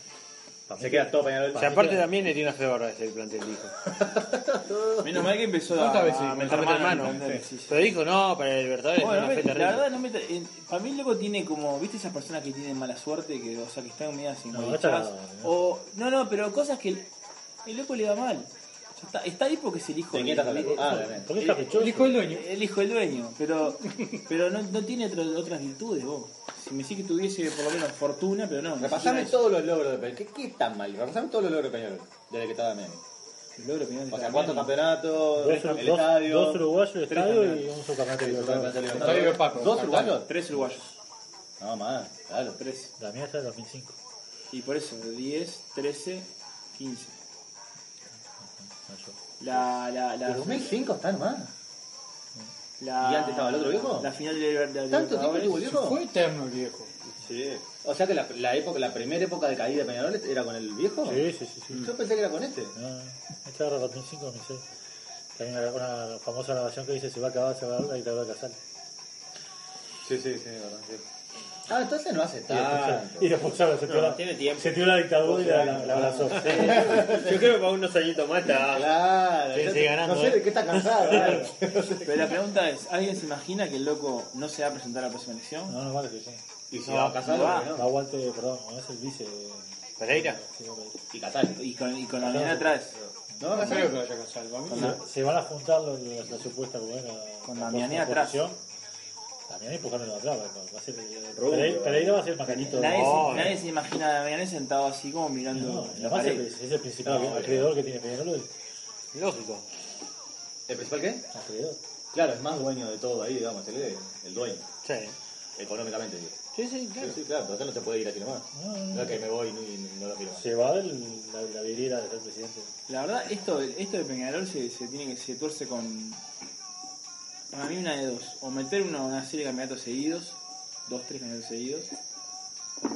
Se queda todo Peñarol. O sea, aparte también le tiene una febrera ese plantel, dijo. Menos mal que empezó a, Ah, ¿Cuántas veces? a meter A meter mano. mano. ¿entendés? Sí, sí. Pero dijo, no, para el Libertadores Bueno, no es una me- fe la terrible. verdad, no me. tra- en- Para mí el loco tiene como. ¿Viste esas personas que tienen mala suerte? que O sea, que están medio sin No, hinchadas? esta no, O. No, no, pero cosas que el, el loco le va mal. Ya está, está ahí porque es el hijo Te del- quietas con la del- Ah, la ¿Por qué es caprichoso? Dijo el dueño. el hijo del dueño, pero pero no, no tiene otro- otras virtudes vos. Si me decís que tuviese por lo menos fortuna, pero no. ni Repasame siquiera todos los logros de Peñarol. ¿Qué, qué tan mal? Repasame todos los logros de Peñarol. Desde que estaba Damiani. eso. El logro que no O sea, está cuántos Damiani. campeonatos, Dos, el dos- estadio. dos uruguayos, el tres estadio y campeonatos. un subcampeonato de Tres Libertadores. campeonatos. Estadio de Paco. ¿Dos uruguayos? Tres uruguayos, No, más, claro. tres. Damián está en 2005. Y por eso, 10, 13, 15. no, yo. La, la, ¿Los la, 2005 están más? la- ¿Y antes estaba el otro viejo? La final de, de- ¿Tanto de tiempo tuvo Libertadores. el viejo? Fue eterno el viejo. Sí. O sea que la, la época, la primera época de caída de Peñarol era con el viejo. Sí, sí, sí. sí. Yo pensé que era con este. No, no, esta era 2005, 2006. Hay una, una famosa grabación que dice: se va a acabar, se va a acabar y te va a casar. Sí, sí, sí, verdad, sí. Ah, entonces no hace tanto. Y después, ¿sabes? Se tiró la, tiene tiempo. se tiró la dictadura y la, la- la abrazó. Yo creo que para unos añitos más está. Claro, Sí, yo sí, ganando, no sé eh. de qué está cansado. claro. Pero la pregunta es, ¿alguien se imagina que el loco no se va a presentar a la próxima elección? No, no vale que sí. y si va a casar, no va. no. No aguante, perdón, no es el vice. Pereira. Sí, ok. Y casar. Y con, y con la mina atrás. No va No a creo que casar. lo haya casado. Para mí Con no. la- Se van a juntar los, la, la supuesta buena. Con Damiani atrás. Damián empujándolo atrás, va- va a ser. el- Rubio, Pereira, Pereira va a ser el macanito. Nadie, No, se, nadie se imagina a Damián sentado así como mirando No, y la además pared. es, es el principal No, acreedor que tiene Peñarol. Lógico. ¿El principal qué? El acreedor. Claro, es más dueño de todo ahí, digamos, el, el dueño, Sí. económicamente. digo. Sí, sí, Sí, claro. sí, claro, pero acá no se puede ir así nomás. No, no, No no. es que me voy y no, y no lo quiero más. [laughs] Se va el, la, la vidriera de ser presidente. La verdad, esto, esto de Peñarol se, se tiene que se tuerce con. Para mí, una de dos. O meter una, una serie de campeonatos seguidos, dos, tres campeonatos seguidos.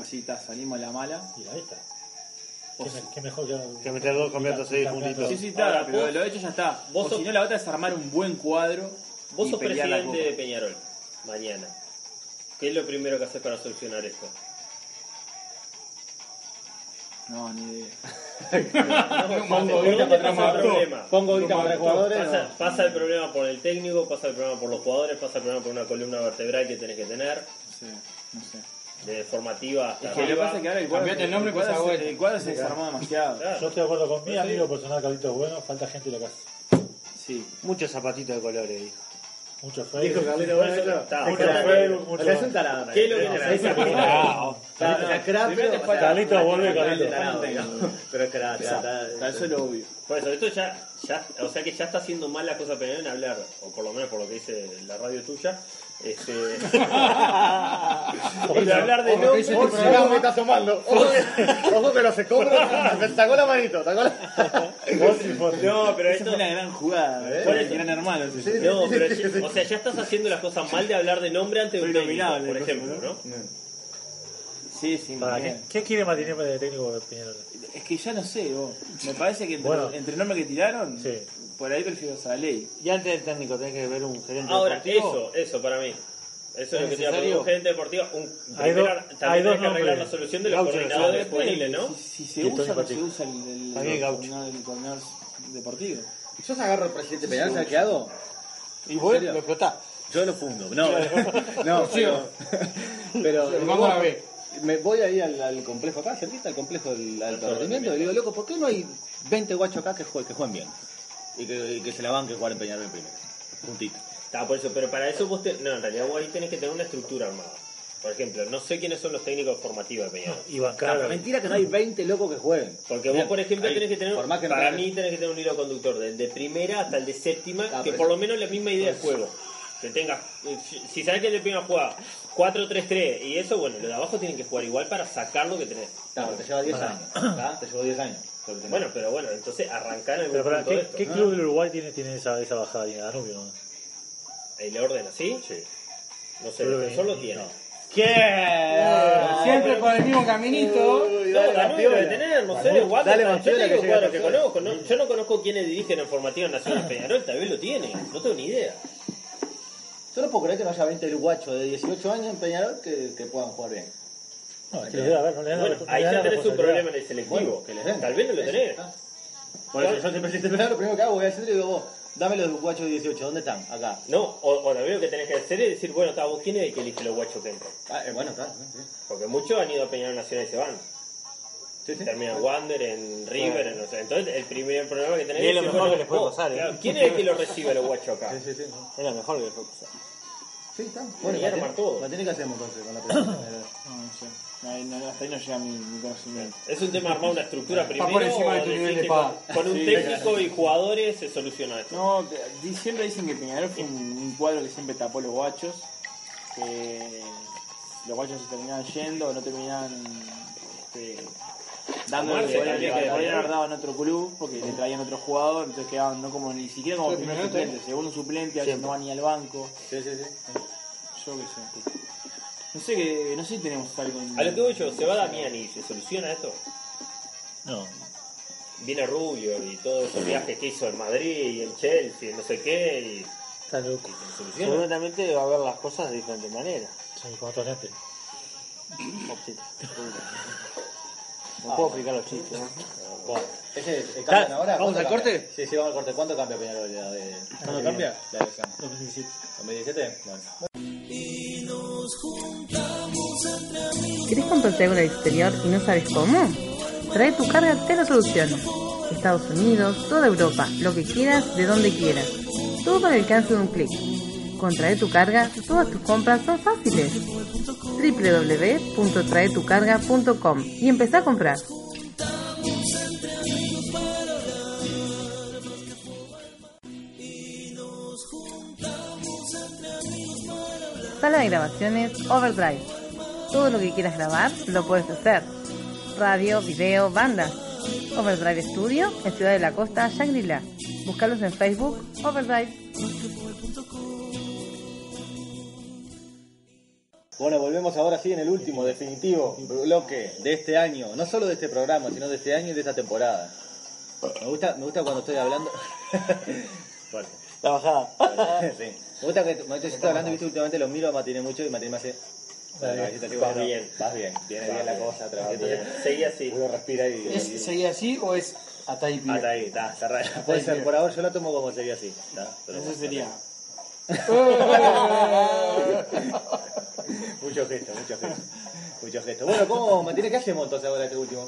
Así está, salimos a la mala. Mira, ahí está. O Qué, sí. me- qué mejor que, Que meter dos campeonatos Sí, seguidos juntitos. Sí, sí, está, Ahora, pero vos- lo hecho ya está. vos o sos- si no, la otra es armar un buen cuadro. Vos y sos pelear la presidente de copa. Peñarol mañana. ¿Qué es lo primero que haces para solucionar esto? No, ni idea. Pongo ¿Dónde guita para pasa el atrás problema? Pongo guita para para los jugadores, jugadores. Pasa, pasa el problema por el técnico, pasa el problema por los jugadores, pasa el problema por una columna vertebral que tenés que tener, No sé, no sé. de formativa hasta Es que lo que arriba. pasa es que ahora el cuadro, Cambiate el nombre, pues pasa cuadro, se, bueno. el cuadro se desarmó demasiado. Claro. Yo estoy de acuerdo con mi amigo personal, Carlitos Bueno. Falta gente en la casa. Sí. Muchos zapatitos de colores, dijo. Mucho Dijo Facebook. Carlito, bueno, claro. Está, Es mucho tarado. Facebook, mucho- O sea, Es un tarado. ¿Qué es lo que Tarado. haces? Tarado, o sea, crap, Primero te pero- falta- Carlito, vuelve, Tarado, Carlito. tarado, digamos. Pero es crap, Está, tarado. está, eso es lo obvio. Por eso, esto ya, ya, o sea que ya está haciendo mal la cosa Peñarol en hablar, o por lo menos por lo que dice la radio tuya, este, en hablar de Ojo, no, que ese tipo de programa me está asomando. Ojo que- Ojo que no se compra. Se sacó la manito, sacó la. Vos y vos. no, pero Esa esto, fue una gran jugada. ¿Eh? Fue el gran hermano. ese. Sí, no, pero ya- o sea, ya estás haciendo las cosas mal de hablar de nombre antes de un Soy técnico, nominable, por ¿no? ejemplo, ¿no? Sí, sí, Para, bien. ¿qué, ¿Qué quiere mantener para el técnico de Peñarol? Es que ya no sé, vos. Me parece que entre, Bueno. entre el nombre que tiraron, Sí. por ahí prefiero Saley. Y antes del técnico tenés que ver un gerente Ahora, deportivo. eso, eso para mí. Eso es ¿Es lo que te iba a necesario? preguntar. Un gerente deportivo, un, Hay primero, también dos- hay dos tenés que arreglar la nombres. solución de los Gaucho coordinadores González. juveniles, ¿no? Si, si se Y Tony usa, no se Pacheco. usa el, el, Está bien, Gaucho. el coordinador- el coordinador deportivo. Yo se agarro al presidente Peñarol, ¿sabes qué hago? Y vos serio? lo explotás. [laughs] Yo lo fundo, no, no, pero, [laughs] pero Lo mando a la B. me voy ahí al, al complejo acá, cerquita al complejo del alto rendimiento, y digo, loco, ¿por qué no hay 20 guachos acá que jueguen, que jueguen bien? Y que, y que se la banquen jugar en Peñarol primero, juntito. Está, por eso, pero para eso vos te- No, en realidad vos ahí tenés que tener una estructura armada. Por ejemplo, no sé quiénes son los técnicos formativos de Peñarol. Y bancar. Mentira que no hay 20 locos que jueguen. Porque vos, por ejemplo, ahí, tenés que tener, por más que no para tengas- mí tenés que tener un hilo conductor, del de primera hasta el de séptima, Ah, que pero- pues, por lo menos la misma idea de juego. Que tengas, eh, si- si sabés que el de primera juega 4-3-3 y eso, bueno, los de abajo tienen que jugar igual para sacar lo que tenés. Claro, te lleva 10 años, ¿tá? te llevó 10 años. Bueno, pero bueno, entonces arrancar en algún Pero pará, punto de ¿qué, esto. qué club del Uruguay tiene, tiene esa, esa bajada de Danubio? No? ¿El orden así? Sí. No sé, Creo que Defensor lo ni- tiene. no. Siempre por el mismo caminito. No, ganó y lo de tener, no sé, Ganó. Wander, Dale, yo te Mafiola, digo que llega cuadros que conozco, no- yo no conozco quiénes dirigen el Formativo Nacional Peñarol, tal vez lo tiene, no tengo ni idea. Yo no puedo creer que no haya 20 guachos de 18 años en Peñarol que, que puedan jugar bien. No, es que le da- a ver, no le da la- Bueno, no le ahí ya da Pues, la tenés un responsabilidad. problema en el selectivo, que le- tal vez no lo tenés. Por eso yo siempre si te lo primero que hago, voy al centro y digo, vos, dame los guachos de 18, ¿dónde están? Acá. No, o, o lo primero que tenés que hacer es decir, bueno, está, vos quién es el que elige los guachos que entran. Ah, eh, bueno, claro. Porque muchos han ido a Peñarol Nacional y se van. Terminan en Wander, en River, en no sé. Entonces, el primer problema que tenés Y es lo decir, mejor bueno, que les puede vos, pasar, ¿eh? claro, ¿Quién es el que los recibe a los guachos acá? Sí, sí, sí. Es lo mejor que le puede pasar. Sí, está. Bueno, Bueno, y armar todo. La tiene que hacemos entonces con la pregunta. No, no sé. Ahí no- hasta ahí no llega mi, mi conocimiento. Es un tema armar una estructura Está primero. por encima de tu o decir nivel de que pago. con, con un Sí, técnico y jugadores se soluciona esto. No, te- di- siempre dicen que Peñarol fue un, un cuadro que siempre tapó los guachos, que los guachos se terminaban yendo, no terminaban este, dando lo Amarse que podrían también, que claro. podrían haber dado en otro club, porque le traían otro jugador, entonces quedaban no como ni siquiera como Sí, primer Peñarol suplente, también. segundo suplente, a veces no van ni al banco, Sí, sí, sí. yo qué sé. pues. No sé que, no sé si tenemos algo en- A lo que voy yo, se va Damián y se soluciona esto. No. Viene Rubio y todos esos viajes que hizo en Madrid y en Chelsea y no sé qué. Y, Está loco. y se soluciona. Seguramente va a ver las cosas de diferente manera. Sí, con otro lente. No puedo explicar los chistes. ¿no? Bueno, ese es, eh, ¿cambian Ya, ahora? ¿vamos ¿Cuánto al cambia? corte? Sí, sí, vamos al corte. ¿Cuánto cambia Peñarol la de... ¿Cuándo cambia? La de Cam? 2017. ¿2017? Bueno. ¿Querés comprarte algo en el exterior y no sabes cómo? Trae tu carga, te lo soluciono. Estados Unidos, toda Europa, lo que quieras, de donde quieras. Todo al alcance de un clic. Con Trae tu carga, todas tus compras son fáciles. www.traetucarga.com y empezá a comprar. Sala de grabaciones Overdrive. Todo lo que quieras grabar lo puedes hacer. Radio, video, bandas. Overdrive Studio en Ciudad de la Costa, Shangri-La. Búscalos en Facebook, Overdrive. Bueno, volvemos ahora sí en el último, definitivo bloque de este año. No solo de este programa, sino de este año y de esta temporada. Me gusta, me gusta cuando estoy hablando. [laughs] Fuerte. La bajada. sí. Me gusta que me- yo estoy hablando, viste, últimamente lo miro a Matiné mucho y Matiné me hace. la cabecita así, Vas bueno, bien. Vas bien, viene bien la cosa, trabaja bien. Seguí así. Uno respira y. y- ¿Es seguir así o es hasta ahí pibe? Hasta ahí, está, cerrada. Puede ser, por ahora yo la tomo como sería así. está, pero Eso bueno, sería. Muchos gestos, muchos gestos. Muchos gestos. Bueno, ¿cómo, Matiné, qué hacemos entonces ahora este último?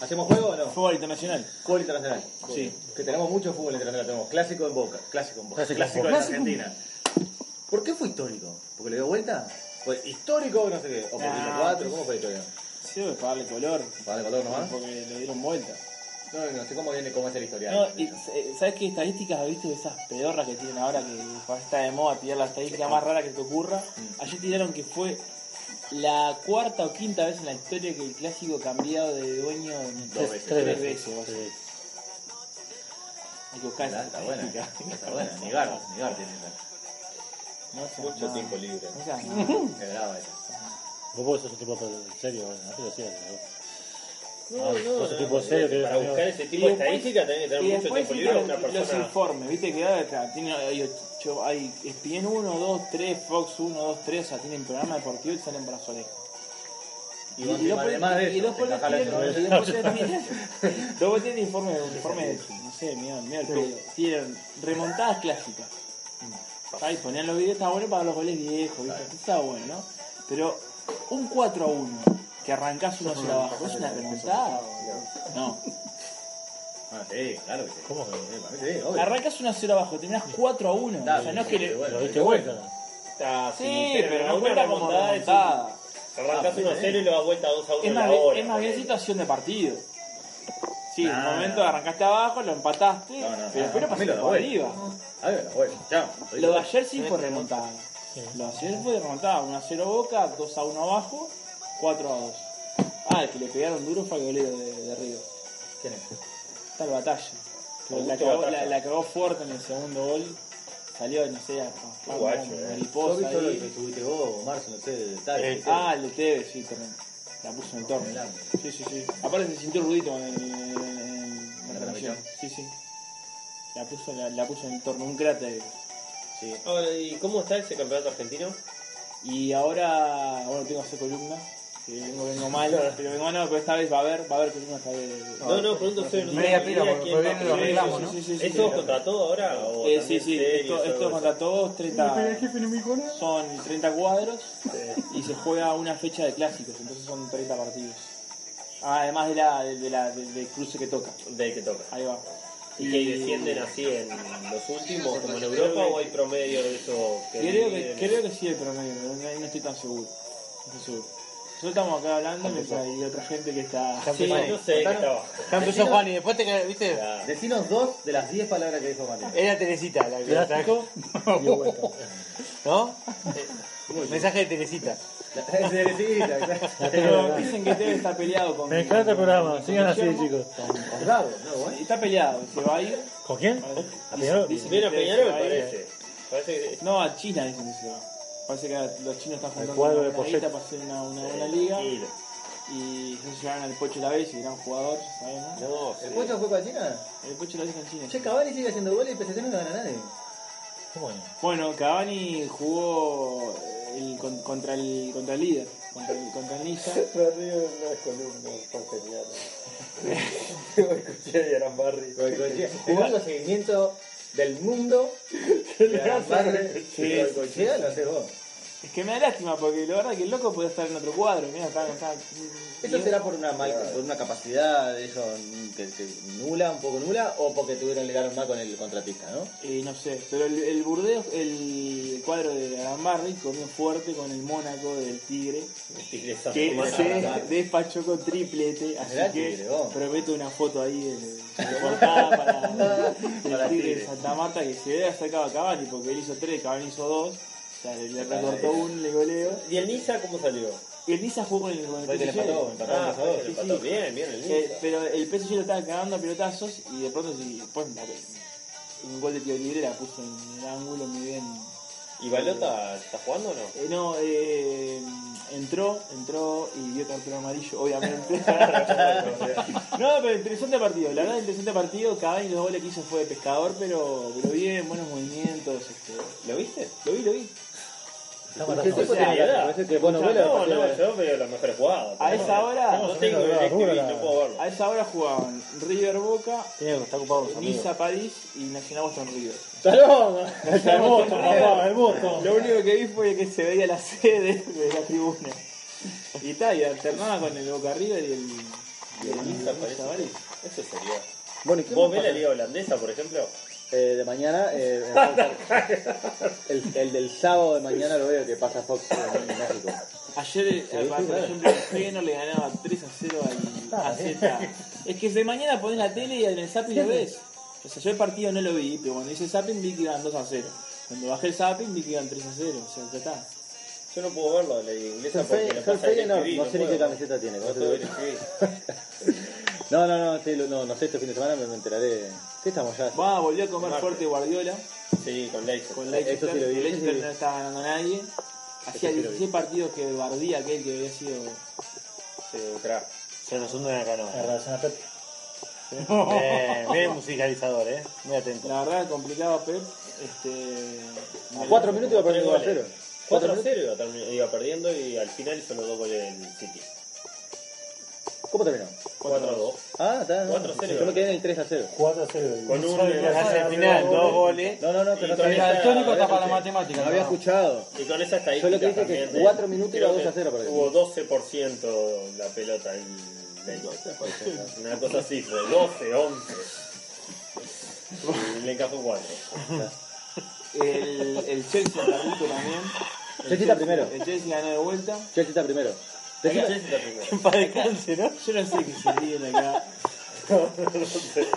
¿Hacemos juego o no? Fútbol internacional. Fútbol internacional. Sí. Que tenemos mucho fútbol internacional. Tenemos clásico en Boca, clásico en Boca, clásico, en Argentina. ¿Por qué fue histórico? ¿Porque le dio vuelta? ¿Fue histórico no sé qué? ¿O porque Ah. hizo cuatro? ¿Cómo fue histórico? Sí, para darle color. ¿Para el color nomás? Porque le dieron vuelta. No, no sé cómo viene, cómo es el historial. No, y, eh, ¿Sabes qué estadísticas viste de esas pedorras que tienen ahora que joder, está de moda tirar la estadística más rara que te ocurra? Ayer tiraron que fue la cuarta o quinta vez en la historia que el clásico cambiado de dueño en- Dos veces. tres, Tres veces. o sea. Hay que buscar esa Está, está buena, estadística. está buena. Negar, negar tiene esa. No seas Mucho nada. tiempo libre. No seas nada. Es brava esa. Vos vos sos un tipo en serio, bueno, antes lo hacías. ¿no? No, no, Otro tipo no, serio que- Para buscar ese tipo Y de después- estadística tenés que Y tener mucho después tiempo libre o una los- los persona. informes, viste que ahora está- tiene, hay, ocho- hay ESPN 1, 2, 3, Fox 1, 2, 3, o sea, tienen programa deportivo y salen para su oreja. Y vos encima, además de y eso, después te los encajala en tienen, el- y después tienen- después tienen [laughs] informes, informes, no sé, mira, mira el pedo. Tienen remontadas clásicas. Ahí ponían los videos, estaba bueno para los goles viejos, viste, estaba bueno, ¿no? Pero un 4 a 1, que arrancás uno [laughs] hacia abajo, ¿es una remontada? No. Ah, sí, claro que sí. ¿Cómo que Sí, para mí sí, obvio. Arrancas 1 a 0 abajo, terminás 4 a 1. Está o sea, no es que le- bien, bueno, lo diste vuelta? ¿no? Está Sí, sin- pero una no cuenta como remontada es remontada. un- Arrancás Ah, 1 a 0 y lo das vuelta 2 a 1 Es en más, la bien- hora. es más bien situación de partido. Ah. Sí, en Nah. un momento arrancaste abajo, lo empataste, No, no, pero no, después no, lo a mí pasaste lo da por vuelta. arriba. A ver, bueno, chao. Lo de ayer sí fue remontada. Lo de ayer fue remontada. 1 a 0 Boca, 2 a 1 abajo, 4 a 2. Ah, el que le pegaron duro fue al golero de, de Río. ¿Quién es? Está el batalla. Que Augusto La cagó, Batalla. la- la cagó fuerte en el segundo gol. Salió, no sé, a a- Guacho, a- eh. Yo vi mariposa todo lo ahí. que tuviste vos, Marzo, no sé, de Eh, detalles. Ah, el de Tevez, sí, también. La puso en el torno. Sí, sí, sí. Aparte se sintió el ruidito en, el- en- en la canción. Sí, sí. La puso, la, la puso en el torno, un cráter. Sí. Ahora, ¿y cómo está ese campeonato argentino? Y ahora, bueno, tengo que hacer columna. que vengo, vengo mal, pero vengo no, pero esta vez va a haber, va a haber columna esta vez. No, no, pregunto usted. No Ah, Media tengo pila, idea porque quién va vienen a los poner. reclamos, Sí, ¿no? sí, sí, sí, ¿Es sí. todo contra todo ahora? o Eh, sí, también sí, series, esto, esto algo es contra todos, 30, son 30 cuadros y se juega una fecha de clásicos, entonces son 30 partidos. Ah, además de la, de, de la- del- del cruce que toca. Del que toca. Ahí va. ¿Y que descienden así en los últimos, como en Europa, o hay promedio de eso? Creo que, creo que sí el promedio, pero no, no estoy tan seguro. No estoy seguro. Nosotros estamos acá hablando y mientras hay otra gente que está... Ya empezó. Sí, No sé, que estaba. Ya empezó Juan y después te quedas, viste. Decinos dos de las diez palabras que dijo [laughs] Juanito. Era Teresita la que la trajo. [laughs] ¿No? Mensaje de Teresita. Teresita, claro. [laughs] Pero dicen que Tevez está peleado con... Me encanta el programa, sigan así, Guillermo. chicos. Honrado, ¿no? Está peleado, se va a ir. ¿Con quién? ¿A Peñarol? Viene a Peñarol, parece. No, a China dicen que se va. Parece que los chinos están juntando cuadro una de buena Pochettino. guita para hacer una, una buena liga. Y no se llevaron al Pocho la vez, gran jugador, ya sabemos. ¿El Pocho fue para China? El Pocho la vez en China. Che, Cavani sigue haciendo goles y PSG no le gana a nadie. Bueno, Cavani jugó eh, el, con- contra, el, contra el líder, contra el, contra [laughs] el Niza. Me río de una columna por genial. Boicochea y Arambarri. Jugó en los seguimientos del [laughs] mundo. le Gran hace a padre. Boicochea? Y Boicochea lo hace vos. Es que me da lástima porque la verdad que el loco puede estar en otro cuadro. Mira, está, está- ¿Eso será por una mal, por una capacidad de eso mm, que, que nula, un poco nula, o porque tuvieron ligaron mal con el contratista, no? Eh, no sé, pero el, el Burdeos, el cuadro de Arambarri comió fuerte con el Mónaco del Tigre, que Mónaco. se despachó con triplete, así Mirá, que Tigre, vos. prometo una foto ahí de, de portada para, Para el Tigre de Tigre. Santa Marta que se vea sacado a Cavani, porque él hizo tres, Cavani hizo dos, o sea, le, le recortó un, le goleo. ¿Y el Niza cómo salió? El Niza jugó con el, con el Fue que le PSG. empató, empató, Ah, empató, sí, empató. sí. Bien, bien, el Eh, Niza. pero el PSG lo estaba cagando a pelotazos y de pronto sí, después la- un gol de tiro libre la puso en el ángulo muy bien. ¿Y Balota está jugando o no? Eh, no, eh, entró, entró y dio cartón amarillo, obviamente. [laughs] no, pero interesante partido, la verdad interesante partido, cada uno de los goles que hizo fue de pescador, pero, pero bien, buenos movimientos. este. ¿Lo viste? Lo vi, lo vi. ¿Qué tipo tenía que hacer? Parece que, bueno, vuela no, la no, partida. yo veo las mejores jugadas. A esa hora, No tengo DirecTV, no puedo verlo. A esa hora jugaban River Boca, está ocupado los amigos. Niza París y Nacional Boston River. ¡Salón! [laughs] ¡El moto, papá, el moto! Lo único que vi fue que se veía la sede de la tribuna. Y está, y alternaba con el Boca River y el. y el Niza París. Eso sería. Bueno, ¿y qué ¿Vos más ves la pasa? liga holandesa, por ejemplo? Eh, de mañana, [laughs] eh, en Fox- el, el del sábado de mañana lo veo que pasa Fox en, en México. Ayer, eh, Sí, por sí, claro. ejemplo, Feyenoord le ganaba 3 a 0 Ah, al AZ. eh. Es que de mañana ponés la tele y en el zapping lo ves. O sea, yo el partido no lo vi, pero cuando hice el zapping vi que iban 2 a 0. Cuando bajé el zapping vi que iban 3 a 0. O sea, ya está. Yo no puedo verlo, la inglesa Son porque fe- son no pasa fe- no, no DirecTV, sé ni puedo. qué camiseta tiene, No vos te puedo digo. DirecTV. No, no, no, este, no, no sé, este fin de semana me, me enteraré. ¿Qué estamos ya? Va, volvió a comer fuerte Guardiola. Sí, con Leicester. Con Eh, Eso Leicester, sí lo vi, el eso sí Leicester lo vi. no estaba ganando nadie. Hacía Eso sí lo vi. 16 partidos que bardía aquel que había sido. Sí, crack. Se nos hunde una En canoa. relación a Pepe. Bien, bien musicalizador, eh. Muy atento. La verdad, complicado Pep. Este. A cuatro minutos iba perdiendo 2 a Tres 0. goles. 4 a 0 iba, termi- iba perdiendo y al final hizo los dos goles del City. ¿Cómo terminó? 4 a 2. Ah, está. no. Cuatro a cero. Yo me quedé en el 3 a 0. 4 a 0. Con un- Hace el final, dos goles. No, no, no, que no sabía. Mira, el tónico está para la matemática. No había escuchado. Y con esa Yo estadística. lo que dije que también de- cuatro minutos creo iba dos que a cero, por ejemplo. Hubo 12% la pelota en Leicester. Una cosa así, fue 12, 11. Y le encajó 4. El, el Chelsea perdió también. El Chelsea está primero. El Chelsea ganó [laughs] de vuelta. Chelsea está primero. Acá Decime- Chelsea está primero. Para descanse, ¿no? Yo no sé qué se ríen acá.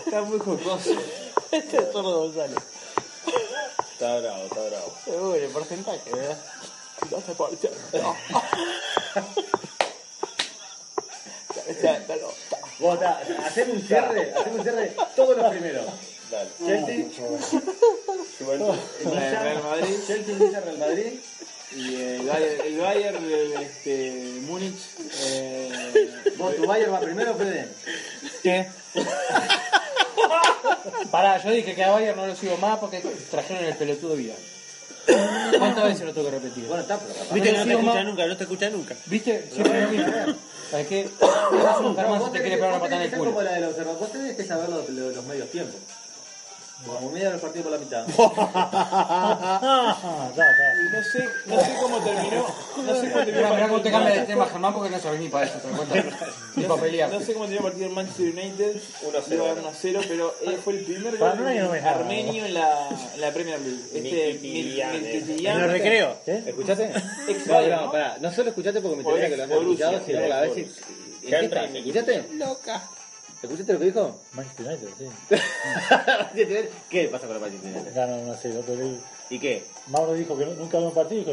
Está muy jocoso. Este es sordo Gonzalo. Está bravo, está bravo. Eh, Uy, el porcentaje, ¿verdad? Vas a parchar. No. Vos, ta, haceme un cierre, haceme un cierre todos los primeros. Dale. Chelsea, Juventus. La del Real Madrid. Chelsea dice Real Madrid. Y el Bayern, el Bayern de este, Múnich. eh, ¿Vos, tu Bayern va primero, Fede? ¿Qué? [laughs] Pará, yo dije que a Bayern no lo sigo más porque trajeron el pelotudo Vidal. ¿Cuántas veces lo tengo que repetir? Bueno, está, pero capaz. Viste que no te escucha nunca, no te escucha nunca. ¿Viste? Siempre lo mismo. ¿Sabes qué? No vas a buscar más si te quiere pegar una vos patada tenés que ser en el como culo. la del observador. Vos tenés que saber los, los, los medios tiempos. Como medio del partido por la [laughs] mitad. No sé, no sé cómo terminó. No sé cómo terminó. Mirá, mirá cómo te cambia de tema, Germán, porque no sabés ni para eso, te das [laughs] cuenta. Ni para pelear. No sé cómo terminó el partido en Manchester United. 1-0. Iba 1-0, pero él fue el primer Para gol mí no me de dejaba. armenio en la, en la Premier League. Este Mkhitaryan, Mkhitaryan. En los recreos. ¿Eh? ¿Escuchaste? Ex No, Bayern, no, ¿no? pará. No solo escuchaste porque me Por tenía que ex lo habían escuchado, Borussia, sino que a ver si. ¿En qué Henry estás? Mkhitaryan. ¿Escuchaste? Loca. ¿Escuchaste lo que [laughs] dijo? Manchester United, sí. ¿Qué pasa con el Manchester United? Ganan 1 a 0, pero ahí- ¿Y qué? Mauro dijo que no- nunca había un partido. Dijo,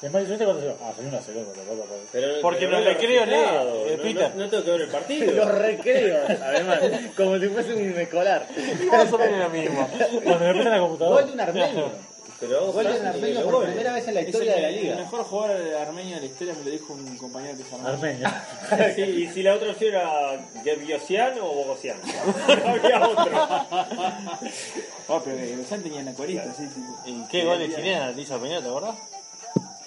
¿en Manchester United cuánto se dio? Ah, salió 1 a 0, pero papá, papá. Pero- Porque pero los no lo recreos reciclado, leo, eh, no, Peter. No, no tengo que ver el Los partido. recreos, además. Como si fuese un escolar. Más o menos lo mismo. Cuando me prende la Gol de computadora. un armenio. Pero Gol de un armenio por primera vez en la Es el, historia de la el liga. mejor jugador armenio de la historia, me lo dijo un compañero que se armó. Armenio. Sí, y si la otra opción era Gebiosian o Bogosian. [laughs] No había otro. Oh, pero que Besán tenía una corista, sí, sí. ¿Y qué goles chilenos le hizo a Peña, te acordás?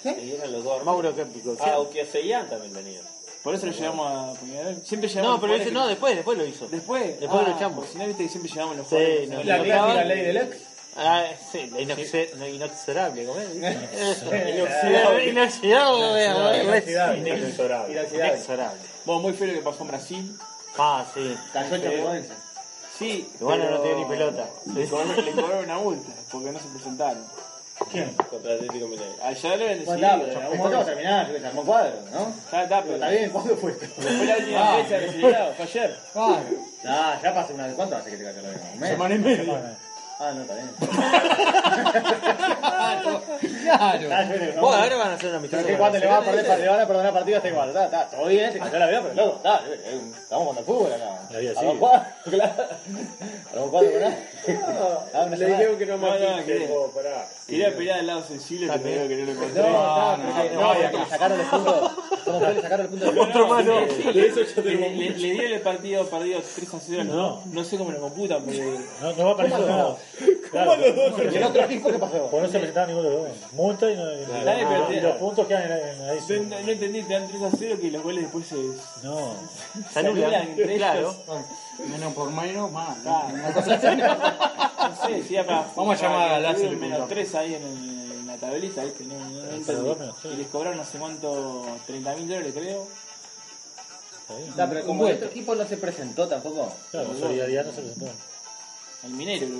Y eran los dos. Mauro Campico. Ah, Okioseian también tenía. Por eso lo llevamos a Peñarol. Siempre llevamos No, pero ese jugadores no, que- después, después lo hizo. Después, Después ah, lo echamos. porque Si no, viste que siempre llevamos los Sí, jugadores. no, la que se clásica anotaban. ley del ex. Ah, sí, la inoxe- no, inoxidable, [laughs] ¿cómo es? Inoxidable. Inoxidable. Inoxidable. Inoxidable. Inexorable. Inexorable. Bueno, muy feo lo que pasó en Brasil. Ah, sí. Cayó el Chapecoense. Sí. Igual no pero- tenía ni pelota. Le cobraron, le cobraron una multa porque no se presentaron. Contra Atlético Mineiro. Allá lo ven Bueno, está, pero en algún momento va a terminar, se armó cuadro, ¿no? Está, Pero está, pero está bien, ¿cuándo fue? Fue la última fecha que se llegaba, fue ayer. Ah, ya pasó una. ¿Cuánto hace que te cayó la vida? ¿Un mes? Semana y media. Ah, no, está bien. Claro. Está bien, ¿no? Vos ahora van a hacer una Pero amistosa. que con cuando le van a perder, le van a perdonar partido está igual, está, está, todo bien, se cayó la vida, pero loco, está, eh, eh, estamos jugando al fútbol acá. La vida A sigue. los cuatro, [laughs] claro. A los cuatro, ¿verdad? Ah, una Le semana. dijeron que no No, mató. no, quería- Quería pelear al lado sensible, pero veo que no lo encontré. No, No, no, no, porque- no, no, y porque le acá. sacaron el punto. ¿Cómo fue? Le sacaron el punto de Otro mano. Sí, le, le- le- le dieron el partido perdido 3 a 0. No. no sé cómo lo computan, porque No, no va a aparecer nada. Claro, ¿Y el otro equipo qué pasó? Pues no se presentaba ninguno de los dos. Multa y, no, y- Dale, pero y te- los puntos quedan en, en ahí. yo no, no entendí, te dan 3 a 0 que los goles después se, se No. anulan Saludan, entre claro. ellos. Menos por menos, más. Ah, ¿no? Una cosa así. [laughs] No sé, si era para- Vamos a llamar para a Lazo y tuvieron le menos preguntamos. 3 ahí en, el- en la tablita, ¿viste? No, no, no entendí. dos menos tres. Y les cobraron no sé cuánto, 30 mil dólares creo. No, pero como el otro Este equipo no se presentó tampoco. Claro, solidaridad no se presentó. El minero creo.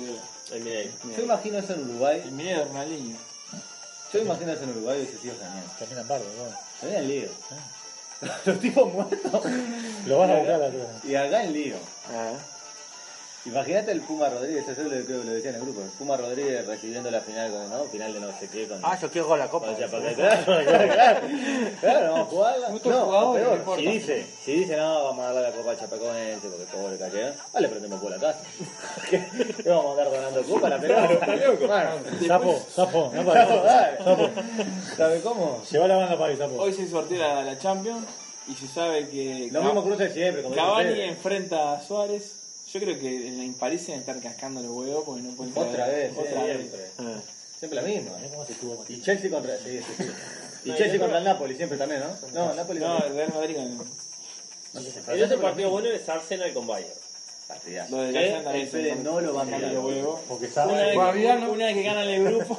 El Mineiro. Yo imagino eso en El Uruguay. minero de Ronaldinho. Yo imagino eso en Uruguay hubiese sido genial. Terminan bardo. bueno. Sería en lío. [laughs] Los tipos muertos. Lo van a buscar a la cruz. Y acá en lío. Ah. Imagínate el Puma Rodríguez, eso lo, creo que lo decía en el grupo. El Puma Rodríguez recibiendo la final con, ¿no? Final de no sé qué con. Ah, yo quiero jugar la copa. Vaya para acá, claro, [laughs] claro, claro, vamos a jugarla. Justo No, jugador, peor, no importa. si dice, si dice, no, vamos a darle la copa a Chapecoense porque pobre cayó, ah, le prendemos por la casa. [laughs] Le vamos a andar donando copa a la pelota. Bueno, Sapo, sapo, no sapo, para. dale. ¿Sabe cómo? Lleva la banda para ahí, sapo. Hoy se sorteó la, la Champions y se sabe que Lo mismo cruce de siempre, como dice Cavani ustedes. enfrenta a Suárez. Yo creo que en la impar se van a estar cascando los huevos porque no pueden Otra creer. vez, eh, Otra sí, vez. siempre. Ah. Siempre la misma. Mirá cómo se estuvo Y Chelsea contra. Sí, [laughs] sí, sí. Y Chelsea contra el Napoli siempre también, ¿no? No, el Napoli No, también. el Real Madrid ganó. El otro partido bueno es Arsenal con Bayern. Partidazo. Lo de Eh, Gallant también el Fede se- no lo va a se mirar. los huevos. Porque Una sabe. vez, Bueno, Vidal no- una vez que ganan el grupo,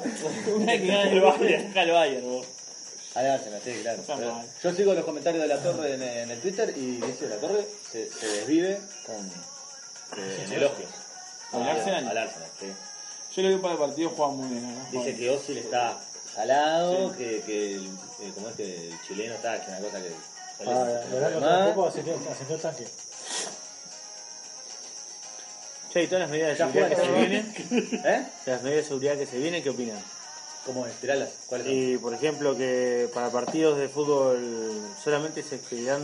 una vez que ganan el Bayern, gana el Bayern vos. Al Arsenal, sí, claro. Está Pero mal. Yo sigo los comentarios de la Torre en, en el Twitter y dice la Torre se, se desvive con eh, elogios. ¿Al Ah, Arsenal? Al Arsenal, sí. Yo lo vi para el partido, juegan muy bien. ¿no? Dice Juegan. que Ozil está salado, que, que el, eh, ¿cómo es que el chileno está, que una cosa que. Ah, la verdad que otro Más. poco ascendió, ascendió el tanque. Che, y todas las medidas de Ya seguridad que se juega, ¿no? vienen, ¿Eh? las medidas de seguridad que se vienen, ¿qué opinan? ¿Cómo es? Tiralas. ¿Cuáles son? Y por ejemplo que para partidos de fútbol solamente se expedirán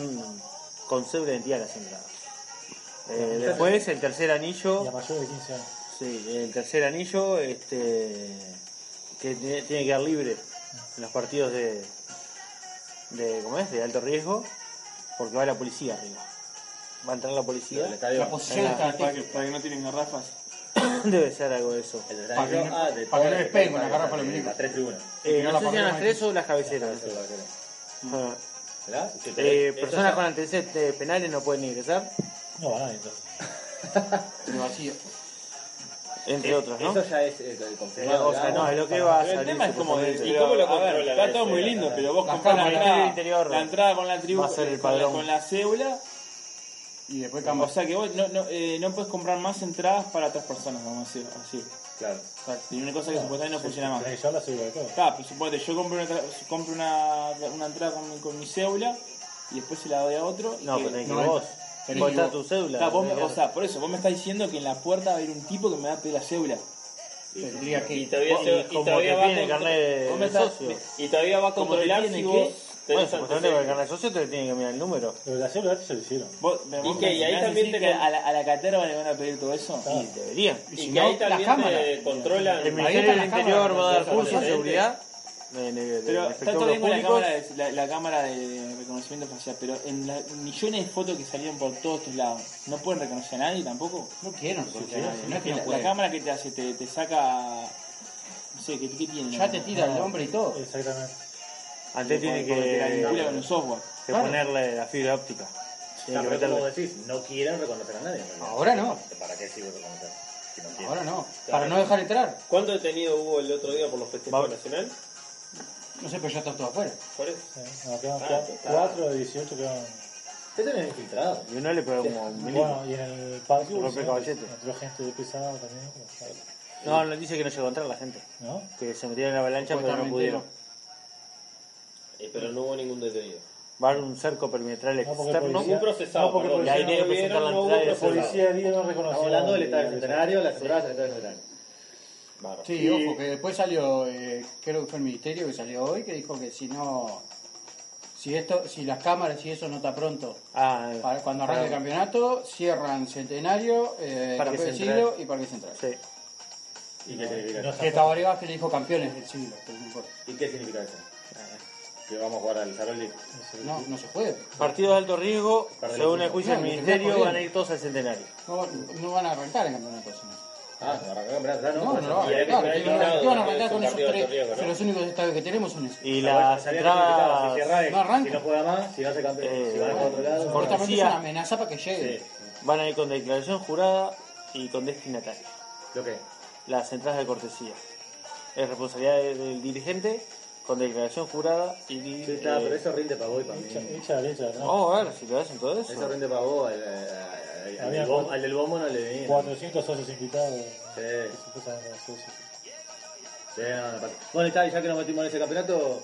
con cero de identidad las entradas. Eh, después el tercer anillo Y a mayor de 15 años. se- Sí, el tercer anillo este, que tiene, tiene que quedar libre en los partidos de, de, ¿cómo es? de alto riesgo porque va la policía arriba. Va a entrar la policía. La posición Eh, Ahí va. está para que, para que no tienen garrafas. Debe ser algo de eso. Para que no- Ah, de para que no todas- despeguen con las garrafas los milicos. Las tres tribunas. Eh, Y no no la sé si eran las paguemos ahí. tres o las cabeceras. Ah. ¿Será? Eh, Esto personas ya- con antecedentes penales no pueden ingresar, No va nadie entonces. entre Eh, otros, ¿no? Eso ya es eh, confirmado. o sea, digamos. no, eh. es lo que va a Pero salir. el tema es como de, supuestamente. pero, a ver, Está todo muy lindo, pero vos Las comprás la cámaras, entrada, el interior, la entrada con la tribu, va a ser el con, la, padrón. con la cédula. Y después cambia. O sea que vos no, no, eh, no puedes comprar más entradas para otras personas, vamos a decir así. Claro. O sea, tiene una cosa que supuestamente no Sí, funciona más. tenés que llevar la cédula de todo. Claro, pero suponete, yo compro una, tra- compro una, una entrada con, mi- con mi cédula y después se la doy a otro. y No, pero tenés que ir vos. tenés Vos que ir está tu cédula, Claro, vos me- tenés que- o sea, por eso, vos me estás diciendo que en la puerta va a haber un tipo que me va a pedir la cédula. Tendría que- Y todavía se- y como todavía te va piden el contra- carnet de- ¿Vos me de estás- socio. Y todavía va a Como controlar te tienen si que- vos Bueno, tenés supuestamente con el carnet de socio te tienen que mirar el número. Pero la cédula se lo hicieron. Vos, me, Y vos que- me- y ahí me vas a también decir te que con- a la, a la caterva le van a pedir todo eso. Y deberían. Y que ahí también te controlan. El Ministerio del Interior va a dar cursos de seguridad. eh, de- de- Pero de está todo espectáculos bien con la públicos. cámara, de, la, la cámara de reconocimiento facial, pero en las millones de fotos que salieron por todos estos lados, ¿no pueden reconocer a nadie tampoco? No quieren reconocer a nadie, no es que no la, pueden. la cámara que te hace, te, te saca. No sé, ¿qué, qué tiene? Ya te tira el nombre y todo. Exactamente. Antes tiene Porque te la vincula con un que, software. que ponerle la fibra óptica. Tiene No, que pero como meterle- decís, no quieren reconocer a nadie. en realidad. Ahora no. ¿Para qué sirve reconocer? Si no quieren. Ahora no. Para no dejar entrar. ¿Cuánto detenido hubo el otro día por los festejos nacional? No sé, pero ya están todos afuera. Por eso. Sí, no, quedan Ah, cua- está. cuatro de 18 quedan. Este no es infiltrado. Y uno le pega como un Bueno, milímetro. y en el parque Rompe entró caballete. gente de pesado también. como sabe. No, no, dice que no llegó a entrar la gente. ¿No? Que se metieron en la avalancha pero no pudieron. Eh, pero no hubo ningún detenido. Va a haber un cerco perimetral No, porque externo. policía- Ningún procesado, no, porque perdón. Y ahí policía tiene no que vieron, presentar la no hubo entrada y la procesado. salida. Policía Día no reconoció. Estamos hablando del Estado Sí. Centenario, las entradas del Estado Centenario. Sí, ojo, que después salió, eh, creo que fue el ministerio que salió hoy, que dijo que si no, si esto, si las cámaras, si eso no está pronto, Ah, para cuando arranque el para- campeonato, cierran Centenario, eh, Campeón Parque del Central. Siglo y Parque Central. Sí. ¿Y qué significa eso? Que Tabaré Vázquez le dijo campeones del siglo, pero no importa. Eh. ¿Y qué significa eso? Que vamos a jugar al Saroli. No, no se puede. Partido de alto riesgo, Perdón. según el juicio del No, ministerio, no, van a ir todos al centenario. No, va- no van a arrancar el campeonato. si no. Ah, no, arrancó el campeonato. No, no, no, no. van a sabía que- arrancar. hay ¿Qué van a- grado, qué van a arrancar es un con esos partido de tres? alto riesgo, ¿no? Que los únicos estadios que tenemos son esos. Y sabía las que significaba, entradas Si cierra, No arranca. si no juega más, si va a ser campeón, Eh, si va a otro lado. por bueno. Justamente es policía. una amenaza para que llegue. Sí. van a ir con declaración jurada y con destinatario. ¿Lo qué? Las entradas de cortesía. Es responsabilidad de- del dirigente con declaración jurada y... Sí, claro, eh, pero eso rinde para vos y para eh, Echa- mí. Echa la letra, Oh. ¿no? Vamos a ver si lo hacen todo Eso eso. rinde para vos. eh, al- al- Al al Había del bom- cuatro- al del bombo no le viene. 400 socios invitados. Sí. que supuestamente eran socios. Sí, no, no pasa. Bueno, está, y ya que nos metimos en ese campeonato,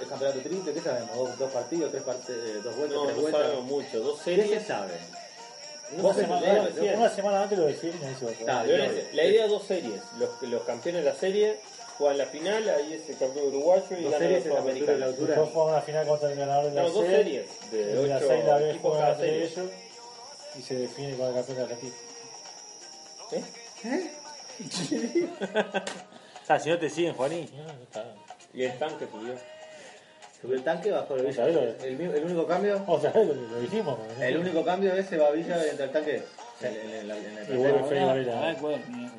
es campeonato triple, ¿qué sabemos? Dos, dos partidos, tres part- eh, dos vueltas, No, tres no vueltas. sabemos mucho. Dos ¿Qué se series. sabe? Una Vos se semana, sabés, una- ¿no? una semana antes lo decidieron y ahí se va a Está jugar. bien. La idea es dos series. Los, los campeones de la serie juegan la final, ahí es el campeón uruguayo y Dos gana series en los la apertura y la americanos. altura. Después jugaban la final contra el ganador de la No, dos C, series. y De De la ocho 6 la B equipos juegan cada entre serie. ellos y se define con el campeón de Argentina. O sea, si no te siguen, Juanín. Y el tanque pues, subió. Subió el tanque, bajó el Villa. Sabés lo que- El, mi- el único cambio, Otra vez [laughs] lo, lo dijimos. ¿no? el único cambio es se va Villa dentro del tanque. En, en- en la- en el Y vuelve tercero. Fede Varela. [laughs] Ahora el cuadro, mira,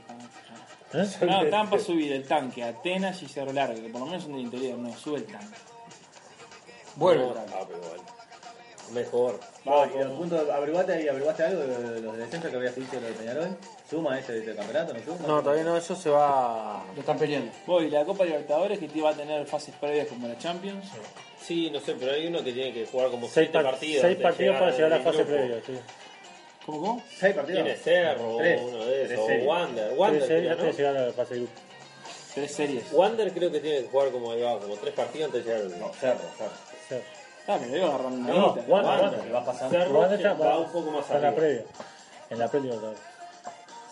No, estaban para subir el tanque a Atenas y Cerro Largo, que por lo menos son del interior, no, sube el tanque. Vuelve. Ah, pero igual. Mejor. Va, y al punto, averiguaste, averiguaste algo de de los descensos que habías dicho de los de Peñarol. ¿Suma ese de este campeonato? ¿No suma? No, todavía no, eso se va... Lo están peleando. Voy, la Copa Libertadores que te va a tener fases previas como la Champions. Sí, no sé, pero hay uno que tiene que jugar como Seis, siete par- partidos. seis de partidos para llegar a la del fase grupo. previa. Sí. ¿Cómo, cómo? ¿Seis partidos? Tiene Cerro, Tres. uno de Tres esos. O series. Wander. Entonces, Wander, ya creo, antes de ¿no? llegar a la fase de grupo. Tres series. Wander creo que tiene que jugar como, ahí va, como tres partidos antes de llegar al grupo. No, cerro, cerro. Sí. Ah, pero iba agarrando una No, guita. Wander, Wander. Le va pasando. Cerro Wander está va un poco más está en la arriba. previa. En la previa otra vez.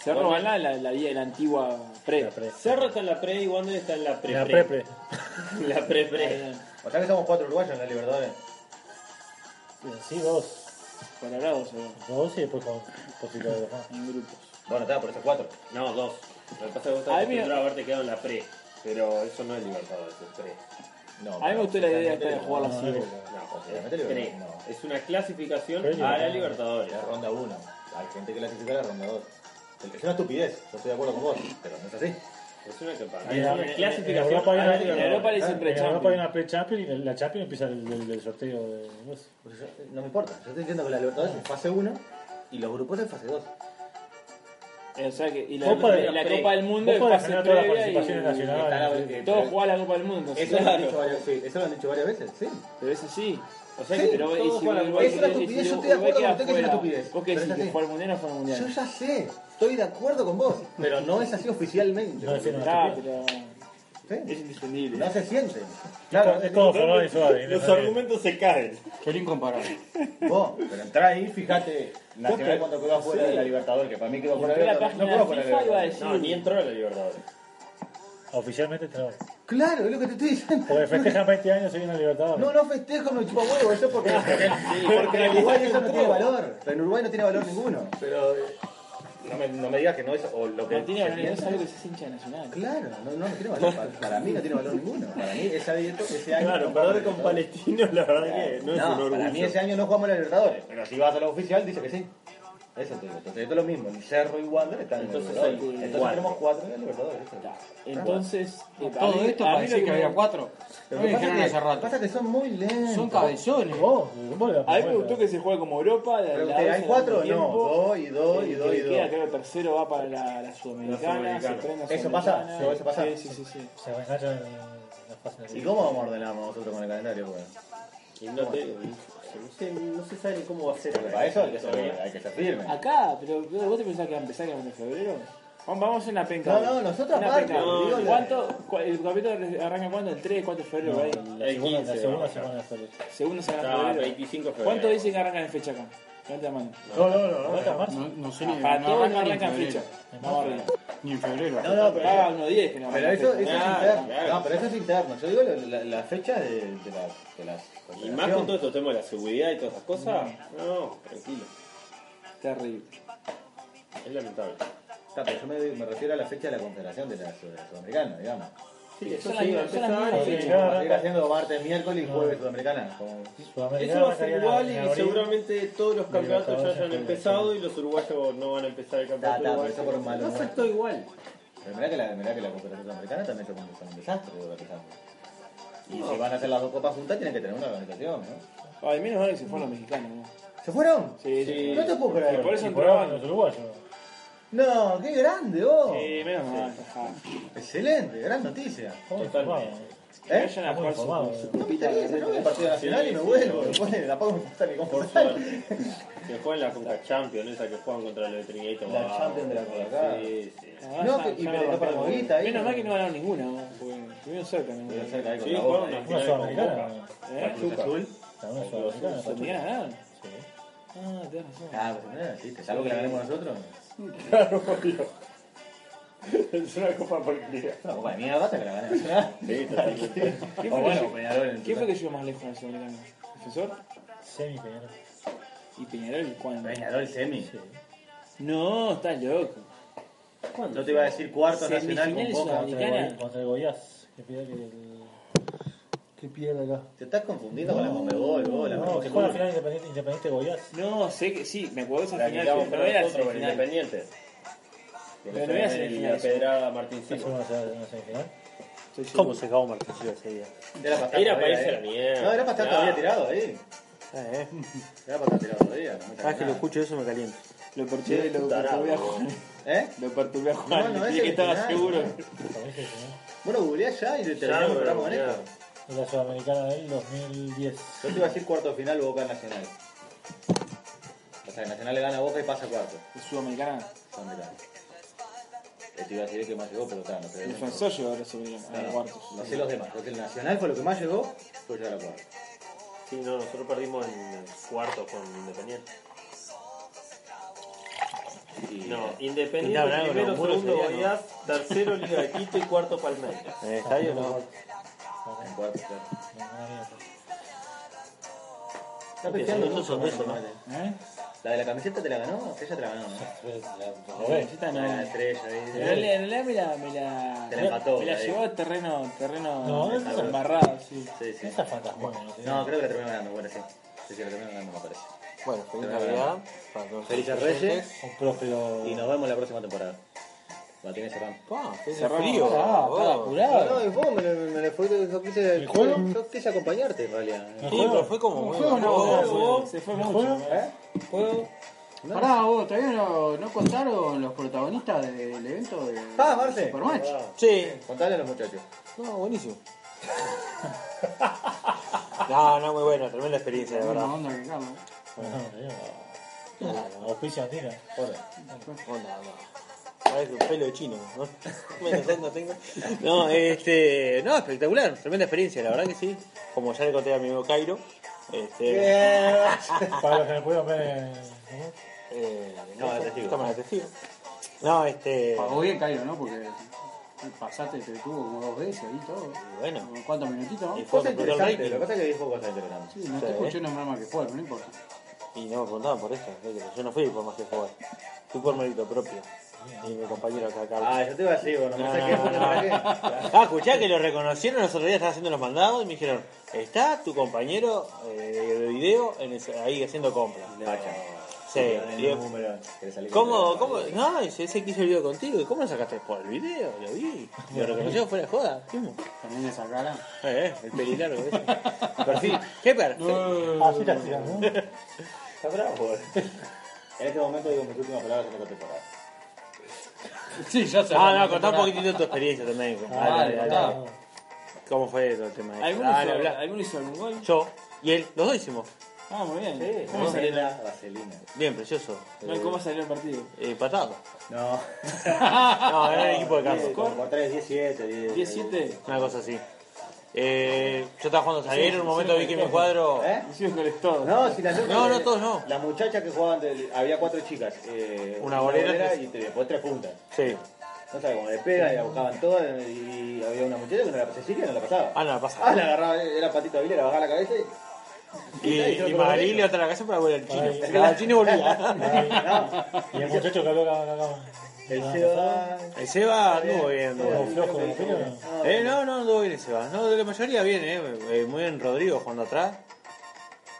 Cerro va en la, la, la, vía- la antigua pre. La pre. Cerro está en la pre y Wander está en la En la pre-pre. pre-pre. La pre-pre. O sea que somos cuatro uruguayos en la Libertadores. Sí, dos. Colorado se va, Dos y después con posibilidad de dos más. en grupos. Bueno, está, por eso cuatro. No, dos. Lo que pasa es que vos A estás mí me- acostumbrado a haberte quedado en la pre. Pero eso no es Libertadores, es pre. No, A mí me gustó la idea esta de jugar la No, Ciber. es pre. Es una clasificación Pero a la no. Libertadores. La ronda 1. Hay gente que clasifica la ronda 2. Es una estupidez, yo estoy de acuerdo con vos, pero no es así. Es una En la- en- en Europa hay una- En Europa hay una pre-champion y la- la champion empieza el, el- el sorteo de los. No me importa, Pues yo estoy diciendo que la Libertadores es fase 1 y los grupos es fase 2. O sea que, y la, Vos podés- y la pre- Copa del Mundo vos es podés fase generar todas las previa y- participaciones nacionales. Está la- Sí, Todos pero- jugaban la Copa del Mundo. Eso, lo han dicho varias, sí, eso lo han dicho varias veces, sí. Pero es así. O sea Sí, que pero todos y si juegan al Uruguay- mundial. Es una y si estupidez, yo estoy de acuerdo Uruguay queda con usted que es una fuera, estupidez. Vos que Pero decís es que así. fue al mundial o no fue al mundial. Yo ya sé, estoy de acuerdo con vos, pero no es así oficialmente. No, sí, no, Ah, pero- Es indefendible. No se siente. no se siente. se caen. Qué incomparable. Vos, pero entrá ahí, fíjate, Nacional cuando quedó afuera Sí. de la Libertadores, que para mí quedó fuera de Entré la a la Libertadores. No página quedó fuera de de la FIFA y iba a Libertadores. No, ni entró a la Libertadores. Oficialmente está ahora. Claro, es lo que te estoy diciendo. Porque festejan 20 años y viene la Libertadores. No, no festejo, me chupa huevo, eso porque, porque en Uruguay eso no tiene valor. Pero en Uruguay no tiene valor ninguno. Pero eh, no me, no me digas que no es o lo que No tiene se valor, es piensa. algo que se hace hincha nacional. Claro, no, no, no tiene valor. Para, para mí no tiene valor ninguno. Para mí ese, año- ese año. [laughs] Claro, no perder jugamos con a la Libertadores. Palestino, la verdad que no es un orgullo. Para mí ese año no jugamos a la Libertadores. Pero si vas a la oficial, dice que sí. Eso te digo. Entonces esto es lo mismo. El Cerro y Wander están en la Entonces, Libertadores. hay Entonces cuatro. tenemos cuatro en la Libertadores. eso. Entonces, eh, a Todo mí- esto a para mí decir lo que me- había cuatro. Lo No que me pasa dijeron que- hace rato. Pasa que son muy lentos. Son cabezones. A mí me gustó que se juegue como Europa. La, Pero la usted, dos ¿hay al cuatro? mismo No, tiempo, dos y dos el y que dos y le queda, dos. Creo que el tercero va para la, la Sudamericana. La se Sudamericana. estrena ¿Eso pasa? Sudamericana. ¿Sí, eso pasa? Sí, sí, sí. sí. Se enganchan en las fases de ¿Y cómo vamos a ordenar nosotros con el calendario? Pues? Y no, te- no, se, no se sabe ni cómo va a ser. Para eso hay que ser, hay que ser firme. Acá, pero pero vos te pensás que va a empezar que va en febrero. Vamos, vamos en la penca. No, no, nosotros Una aparte, penca. no, digo, ¿Cuánto? cua- ¿El campeonato arranca cuándo? ¿El 3, 4 de febrero? por ahí? El 15 segunda vamos a semana de Segunda semana de Ah, febrero. 25 de febrero. ¿Cuánto dicen que arrancan en fecha acá? Levanta la mano. No, no, no, no. ¿Levanta la mano? No, no sé ni Para no todos no arranca ni en arrancan febrero. fecha. No arrancan. Ni en febrero. No, no, pero- Paga unos 10 que no Pero arrancan eso, eso fecha. es Ah, interno. claro. No, pero eso es interno. Yo digo lo- la, la fecha de, de la- de las Y más con todo estos temas de la seguridad y todas esas cosas. No, tranquilo. Terrible. Es lamentable. Está, pero yo me, me refiero a la fecha de la confederación de la Sud- sudamericana, digamos. Sí, eso Son sí, las- son las empezar, mismas Sí, fechas. va a ir haciendo martes, miércoles y jueves sudamericana. como- Eso va a ser igual y seguramente todos los campeonatos ya hayan empezado y los uruguayos no van a empezar el Está, campeonato está, pero uruguayo. eso por malo. Va a ser todo igual. Pero mirá que la, mirá que la confederación sudamericana también se convirtió en un desastre, de verdad, que Y si van a hacer las dos copas juntas, tienen que tener una organización, ¿no? Ay, menos mal que se fueron los mexicanos. ¿no? ¿Se fueron? Sí, sí. No te puedo Y creer. por eso entraban. los uruguayos. No, qué grande, vos. Sí, menos mal. ajá. Excelente, gran noticia. ¿Eh? Totalmente. Que vayan a jugar su- su No me copita de interesa, yo voy al partido nacional y me Sí, vuelvo. sí. Después le apago mi pasta Por suerte. Que juegan la Copa Champions, esa que juegan contra los de Trinidad y Tobago. La Champions de la Copa, claro. Sí, sí. Ah, No, ya- que- y ya pero la no para rompieron. Moguita, ahí. Menos mal que no ganaron ninguna, ¿no? porque estuvieron cerca. ¿no? Estuvieron cerca ahí con Sí, la jugaron boca, una ahí. final con Sudamericana. Boca. ¿Eh? Pachuca. También Pero los los sudamericanos. sudamericanos ganaron. Sí. Ah, tenés razón. Ah, pues nada, chiste. Salvo que la ganemos nosotros. Claro, boludo. Es una copa porquería. Es una copa de mierda hasta que la ganemos. Sí, totalmente. ¿Quién O fue, bueno, que, Peñarol en ¿quién fue total. que llegó más lejos en el sudamericano? ¿Defensor? Semi Peñarol. ¿Y Peñarol cuándo? Peñarol semi. No, estás loco. ¿Cuándo? Yo te iba a decir cuarto nacional con Semifinales Boca. sudamericanas. Contra el Goiás. Que pida que el- Que pierda acá. Te estás confundiendo con la Comebol, vos. la No, Comebol. que juega la final Independiente, Independiente Goiás. No, sé que sí, me acuerdo de esa La final. quitamos pero no para era nosotros, semifinal. Independiente. Pero no era La semifinal. pedrada a Martín ¿Eso Silva. no se una semifinal? Estoy seguro. ¿Cómo se acabó Martincillo ese día? Era para estar todavía Era para irse a la ahí. mierda. No, era para estar Claro. todavía tirado ahí. Eh, Era para estar tirado todavía. no me cada vez que lo nada. escucho eso me caliento. Lo perturbé, lo tarado. perturbé a Juan. ¿Eh? Lo perturbé a Juan. No, no es dije que [laughs] estaba semifinal. seguro. Bueno, googleá ya y Ya, terminamos el programa con ya. esto. Es la Sudamericana del 2010. Yo te iba a decir cuarto final Boca Nacional. O sea, que Nacional le gana a Boca y pasa a cuarto. El sudamericano. Son de tal. Yo te iba a decir el que más llegó, pero está, no sé. El defensor llegó ahora sudamericano. A No, los no, cuartos. no sé los demás. Creo que el Nacional fue lo que más llegó, fue llegar a cuarto. Sí, no, nosotros perdimos en cuarto con Independiente. Y, No, Y no, Independiente no, primero, los muros segundo serían, ¿no? Goiás, tercero Liga de Quito y cuarto Palmeiras. ¿En el estadio no? En cuarto, claro. No, no, no, no. Está pesteando Esos son mucho, de esos, ¿no? ¿Eh? La de la camiseta te la ganó, ella te la ganó, ¿no? La camiseta no. La estrella, ¿viste? En realidad- en realidad me la, me la, Te la empató, me la la de- llevó a terreno, terreno No, esa- embarrado, sí. Sí, sí. No, No, creo que la terminó ganando, bueno, sí. Sí, sí, la terminó ganando, me parece. Bueno, feliz Terminó Navidad. ganando. para todos Felices los oyentes. Reyes. Y nos vemos la próxima temporada. La tiene cerrada. Pa, feliz Cerramos. frío. Ah, Oh. estaba apurado. No, y vos me, me, me le fue, yo quise, yo quise acompañarte en realidad. Sí, pero fue como. ¿El bueno, juego no? vos- ¿El vos- juego? Se fue mucho. ¿eh? ¿Juego? Pará, vos, todavía no, no contaron los protagonistas del evento de Ah, Marce. Supermatch. Sí. Contale a los muchachos. No, buenísimo. [laughs] No, no, muy bueno, tremenda experiencia, de verdad. Misma onda que Carlos. Auspicia [laughs] tira. Hola. Hola, hola. Parece un pelo de chino, ¿no? [laughs] Menos onda tengo. No, este. No, espectacular, tremenda experiencia, la verdad que sí. Como ya le conté a mi amigo Cairo. Este. Para los que me pudieron ver en. Eh, Cámara de eso, testigo. cámara de testigo. No, este. Pagó bien Cairo, ¿no? Porque pasaste, te detuvo como dos veces ahí todo. bueno. ¿Cuántos minutitos? Y fue Cosa otro interesante, rating. lo que pasa es que dijo cosas interesantes. Sí, no te Sí. escuché nombrar más que fue, pero no importa. Y no me preguntaban por esto, ¿sí? Que yo no fui por más que jugar. Fui por mérito propio. Y mi compañero acá, Carlos. Ah, yo te iba a decir, bueno, me No, saqué no, bueno, no. ¿para qué? [laughs] Ah, escuchá que lo reconocieron, los otros días estaban haciendo los mandados y me dijeron, está tu compañero eh, de video en el- ahí haciendo compras. Pacha. Sí, Dale y- el número, que salí ¿Cómo, con- cómo? No, ese, ese que hizo el video contigo, ¿y ¿cómo lo sacaste? Por el video, lo vi. Lo reconoció fuera de joda. También esa cara. Eh, eh, el pelilargo ese. Perfil. ¿Qué perfil? Así te hacían, ¿no? Está bravo. [laughs] En este momento digo mis últimas palabras en esta temporada. Sí, ya se Ah, no, contá un poquitito tu experiencia también. Ah, dale, Dale, dale, contá. ¿Cómo fue todo el tema? ese? ¿Alguno Dale, hizo- hablá. ¿Alguno hizo algún gol? Yo y él, los dos hicimos. Ah, muy bien. ¿Cómo, ¿no? salió, Vaselina, vaselina. Bien, precioso. no, ¿Cómo salió el partido? Eh, patado. No. no, era el equipo de Carlos. Por, por 3, 17, 10. 17. Una cosa así. Eh, yo estaba jugando salir, en un momento vi que mi me cuadro. ¿Eh? Hicimos goles todos. No, si las No, no, todos no. Las muchachas que jugaban, del- había cuatro chicas. eh, Una bolera, tres. y te- después tres puntas. Sí. No sabes cómo le pega, y la buscaban todas. Y había una muchacha que no la pasaba, Silvia no la pasaba. Ah, no, la pasa. Ah, la agarraba, era patito Avila, la bajaba la cabeza y. Ah, Y, y- y Magalí le otra la casa para volver al chino. Cada al chino volvía. Y el muchacho que habló acá, acá, acá. El Seba- [laughs] El Seba anduvo bien, anduvo bien. flojo, ¿no? Eh, no, no, anduvo bien el Seba. No, de la mayoría bien, eh. Eh, Muy bien Rodrigo jugando atrás.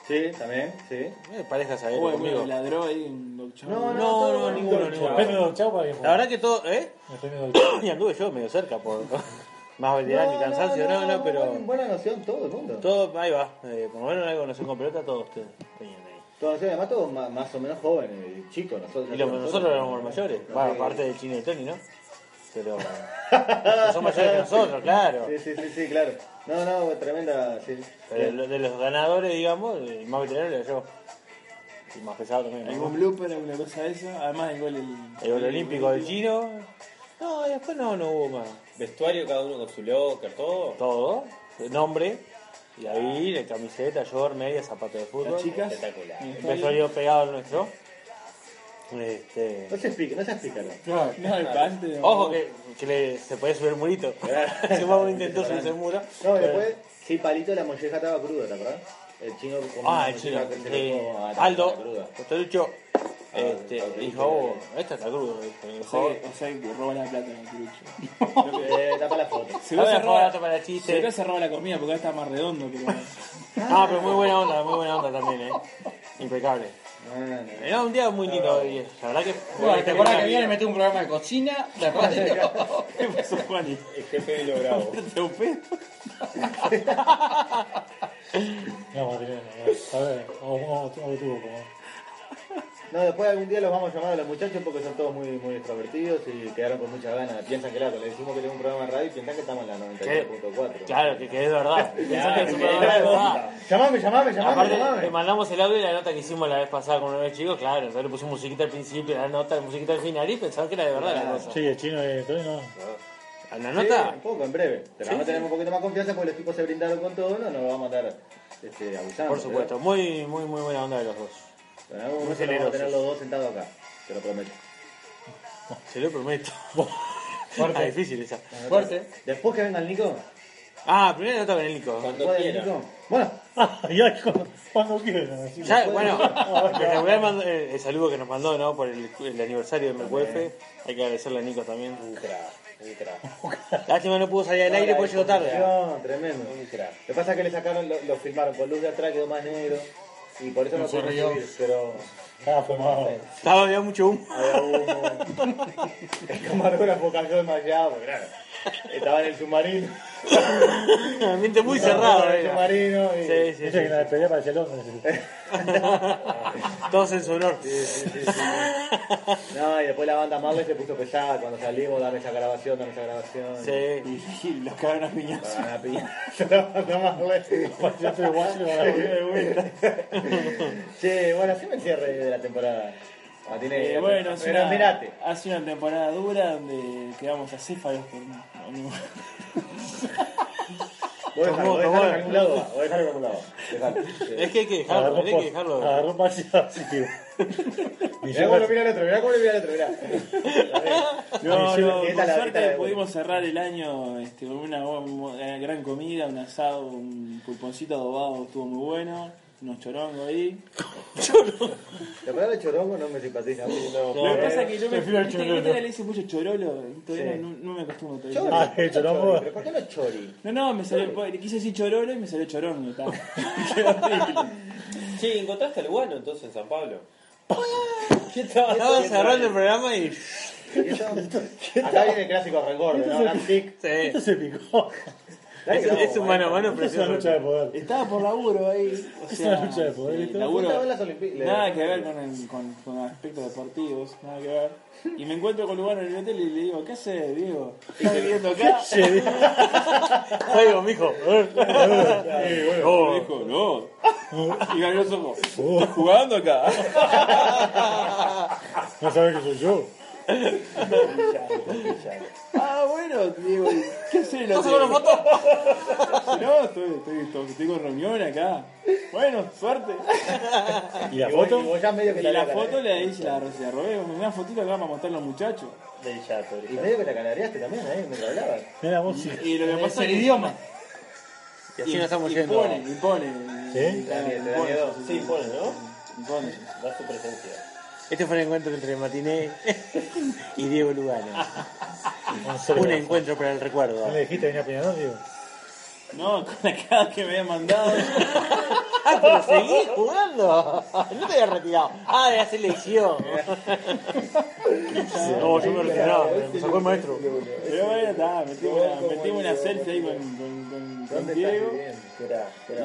Sí, también, sí. Eh, pareja Uy, sabero bueno, conmigo. La ladró ahí en Dolchao. No, no, no, no, ninguno, ninguno. El premio del Chavo para que fue. verdad que todo, ¿eh? [coughs] El premio del Y anduve yo medio cerca por [laughs] más veterano y cansancio, no, no, pero. buena- Buena noción todo el mundo. Todo, ahí va. Eh, por lo menos algo no se con pelota, todos ustedes tenían ahí. Todos hacían, además todos ma- más o menos jóvenes, y chicos, nosotros. Y los, nosotros éramos los mayores, Sí. bueno, aparte del chino y el Tony, ¿no? [laughs] Pero. que son mayores que nosotros, claro. Sí, sí, sí, sí, claro. No, no, tremenda. Sí. Pero lo- de los ganadores, digamos, el más veterano era yo. Y más pesado también. ¿no? ¿Algún blooper, alguna cosa de eso? Además del gol del... El gol olímpico del chino. No, y después no, no hubo más. Vestuario, cada uno con su locker, todo. Todo. El nombre. Y ahí, la camiseta, short, media, zapato de fútbol. Las chicas. Espectacular. Bien. El vestuario pegado al nuestro. Este. No se explica, no se explica. ¿no? [laughs] No, no, el pante. Oh, no. Ojo que, que le- se puede subir el [laughs] murito. [laughs] Se va un intento subirse el muro. No, y después, sí, palito, la molleja estaba cruda, ¿te acordás? El chino con Ah, el chino. sí. Aldo, ah, cruda. Costelucho. Este, dijo, oh, esta está cruda. O oh. sea, que, o sea que roba la plata en el trucho. Eh, tapa la foto. Seguro se roba, para el seguro chiste. se roba la comida porque ahora está más redondo que lo- Ah, pero muy buena onda, muy buena onda también, eh. Impecable. Era un día muy lindo y la verdad que. Bueno, ¿te acordás que viene metí un programa de [laughs] cocina? La radio. ¿Qué pasó, Juani? El jefe de lo bravo. ¿Te upé? No, Matilena, no, a ver, o- o- o tuvo como. No, después algún día los vamos a llamar a los muchachos porque son todos muy, muy extrovertidos y quedaron con muchas ganas. Piensan que, claro, le decimos que tenemos un programa de radio y piensan que estamos en la 93.4. Claro, que, que es verdad. Pensá que es un programa de verdad. Ah, Claro, Llamame, llamame, llamame, Aparte, llamame. le mandamos el audio y la nota que hicimos la vez pasada con uno de los chicos, claro, entonces le pusimos musiquita al principio, la nota, la musiquita al final y pensaban que era de verdad la cosa. Sí, el chino de Tony no. ¿A la nota? Sí, un poco, en breve. Pero Sí, vamos a tener sí. un poquito más confianza porque los tipos se brindaron con todo, no nos vamos a andar este, abusando. Por supuesto, muy, muy, muy buena onda de los dos. Pero en algún Muy momento vamos a tener generosos. los dos sentados acá, te lo prometo. Se lo [laughs] prometo. Fuerte. Ah, difícil esa. Fuerte. Después que venga el Nico, Ah, primero nota con el Nico. después del Nico, Bueno. [laughs] ya, cuando, cuando quieran. así Ya, que- bueno, Ah, bueno. [laughs] pero voy a mandar eh, el, el saludo que nos mandó, ¿no? Por el, el aniversario de MQF. Hay que agradecerle a Nico también. Un Lástima no pudo salir al aire, pues llegó tarde. Tremendo. Lo que pasa es que le sacaron, lo, lo filmaron con luz de atrás, quedó más negro. Y por eso No no se sonrió. rió. Pero. Ah, fumado. Estaba, había mucho humo. [laughs] Había humo. [laughs] El camarógrafo cayó desmayado, porque, claro. Estaba en el submarino. Ambiente muy eh. cerrado, era. El submarino. y- Sí, sí, Dice que la despedida para Barcelona. Todos en su honor. [laughs] No, y después la banda Marley se puso pesada cuando salimos, dame esa grabación, dame esa grabación. Sí. Y, los cagaron a piñazos. Cagaron a [laughs] piñazos. Che, bueno, así me cierre de la temporada. Ah, Martínez, Eh, bueno, es pero una, mirate. ha sido una temporada dura donde quedamos acéfalos por no, no- Voy a Tomó, dejarlo, voy a tomó. dejarlo en algún lado. Voy a dejarlo en algún lado. [laughs] Dejalo. Es que hay que dejarlo, hay que dejarlo. Agarró parcial positivo. Mirá cómo lo mira el otro, mirá cómo lo mira el otro, mirá. No, Sí, no, sí, por esta la- esta suerte la- pudimos cerrar el año este, con una, bu- mu- eh, gran comida, un asado, un pulponcito adobado, estuvo muy bueno, unos chorongos ahí. La palabra chorongo no me simpatiza. mucho. Lo que pasa es que yo me Prefiero el viste que chorolo. ahorita le dice mucho chorolo, y todavía Sí. no, no me acostumbro todavía. Chori. Chori, ¿Pero por qué no chori? No, no, me salió, le quise decir chorolo y me salió chorongo. está. [laughs] [laughs] Sí, encontraste al guano entonces en San Pablo. ¿Qué estaba [laughs] Estaba cerrando el programa y. Acá viene el clásico recorte, ¿no? Gran tic. Sí. Se picó. Dale, Es- no, es un mano a mano Esto es precioso. una lucha de poder. Estaba por laburo ahí. O [laughs] Es sea, una lucha de poder, sí, ¿viste? laburo- Justo en las Olimpi- Nada las- que ver con, el- con, con aspectos deportivos, nada que ver. Y me encuentro con Lugano en el hotel y le digo, ¿qué haces, Diego? ¿Estás viviendo [laughs] acá? Sí. Oigo, mijo. [laughs] No, dijo, no. Y Gabriel [laughs] Sopo, ¿estás jugando acá? No sabes que soy yo. Ah, bueno, Diego, ¿qué haces? ¿Estás sacando foto? [laughs] No, estoy, estoy, estoy, tengo reunión acá. Bueno, suerte. ¿Y la foto? vos- y vos ya medio que Y te la eh. la foto cagaste. le dije, la, la robé, una fotito acá para mostrar a los muchachos. Y medio que la canareaste también, ¿eh? Mientras hablabas. Mira la música. Y lo que [laughs] Es pasa el es que- idioma. Y así nos estamos yendo. Impone, impone. ¿Sí? Claro, Te da impone, miedo. sí, Sí, sí, bueno, ¿no? impone. Da su presencia. Este fue el encuentro entre Matiné [laughs] y Diego Lugano. Un Un encuentro para el recuerdo. ¿No le dijiste venir a Peñarol, Diego? No, con la cara que me había mandado. ¡Ah, pero seguís jugando! No te había retirado. ¡Ah, de la selección! No, yo me retiraba, me sacó el maestro. Pero bueno, está, metimos una, metimos una selfie ahí con, con, con, con Diego.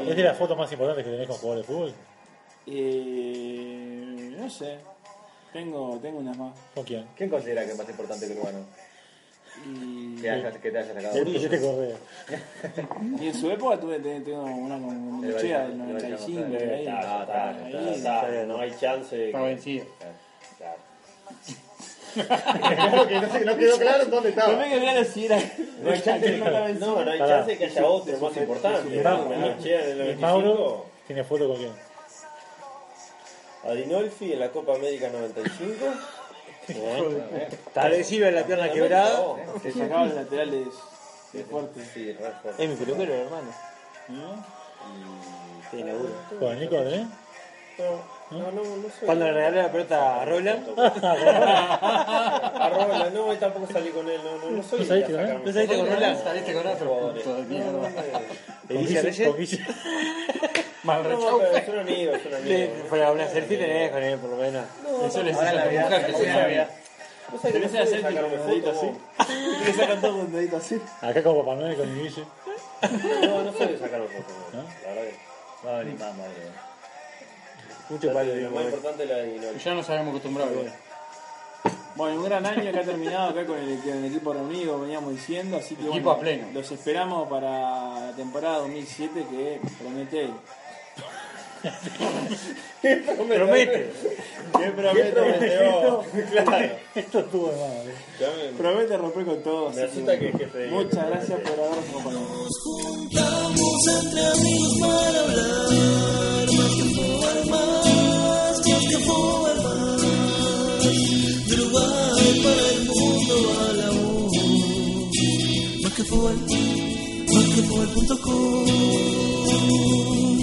¿Es de las fotos más importantes que tenés con jugadores de fútbol? Eh, no sé. Tengo, tengo unas más. ¿Con quién? ¿Quién considera que es más importante que el humano? Y, Que, hayas- que te hayas sacado. El billete correa. y en su época tuve, te- tengo una con El Nechea del Valle- el 95. Valle- ahí, Está, está, ahí, está, [laughs] está, No hay chance de Está que... vencido. Claro. Claro que no, sé, no quedó claro en dónde No estaba. me quería decir. No hay chance de está vencido. No, no hay chance de que haya otro más importante. Mauro. Bueno, che, en el 95, ¿Y Mauro tiene foto con quién? Adinolfi en la Copa América 95. Tarecibe la pierna quebrada. Se sacaba los laterales de fuerte. Sí, re fuerte. Es mi peluquero, hermano. ¿no? Tiene uno. ¿Con Nico ¿eh? Andrés? No, no, no, no soy. Cuando le regalé la pelota a [laughs] Roland, A Rola, no, y tampoco salí con él, no, no, no soy. ¿No de saliste sacarme con él? ¿no saliste con Roland? Saliste con otro puto de mierda. ¿Le dice a Reyes? ¿Con [laughs] Guille? Mal No, rechau. pero es un amigo, es un Le- amigo. Para una selfie tenés con él, por lo menos. Eso le Ahora hiciste la a tu vida, mujer que se la vida. novia. No sé Pero que esa no es pude selfie con sacarme los deditos foto, así. vos. [laughs] Te sacan todo con deditos así. Acá con Papá Noel, con el Guille. No, no soy de sacarme foto, no. ¿No? La verdad No, ni más, madre. Mucho palo. que. Lo digo, más eh. importante es la de Adinolfi. Ya nos habíamos acostumbrado. güey. Bueno, un gran año que ha terminado acá con el, con el equipo reunido, como veníamos diciendo, así que Equipo bueno, a pleno. los esperamos para la temporada 2007 que promete. Promete. ¿Qué promete? Claro. Esto estuvo de madre. Ya me- eh. promete romper con todo. Me así que asusta que bueno, el jefe de- Muchas gracias por habernos acompañado. Juntamos entre amigos para hablar más que fútbol, más, más que fútbol, más. De Uruguay para el mundo a la voz. Más que fútbol, más que fútbol punto com. tú.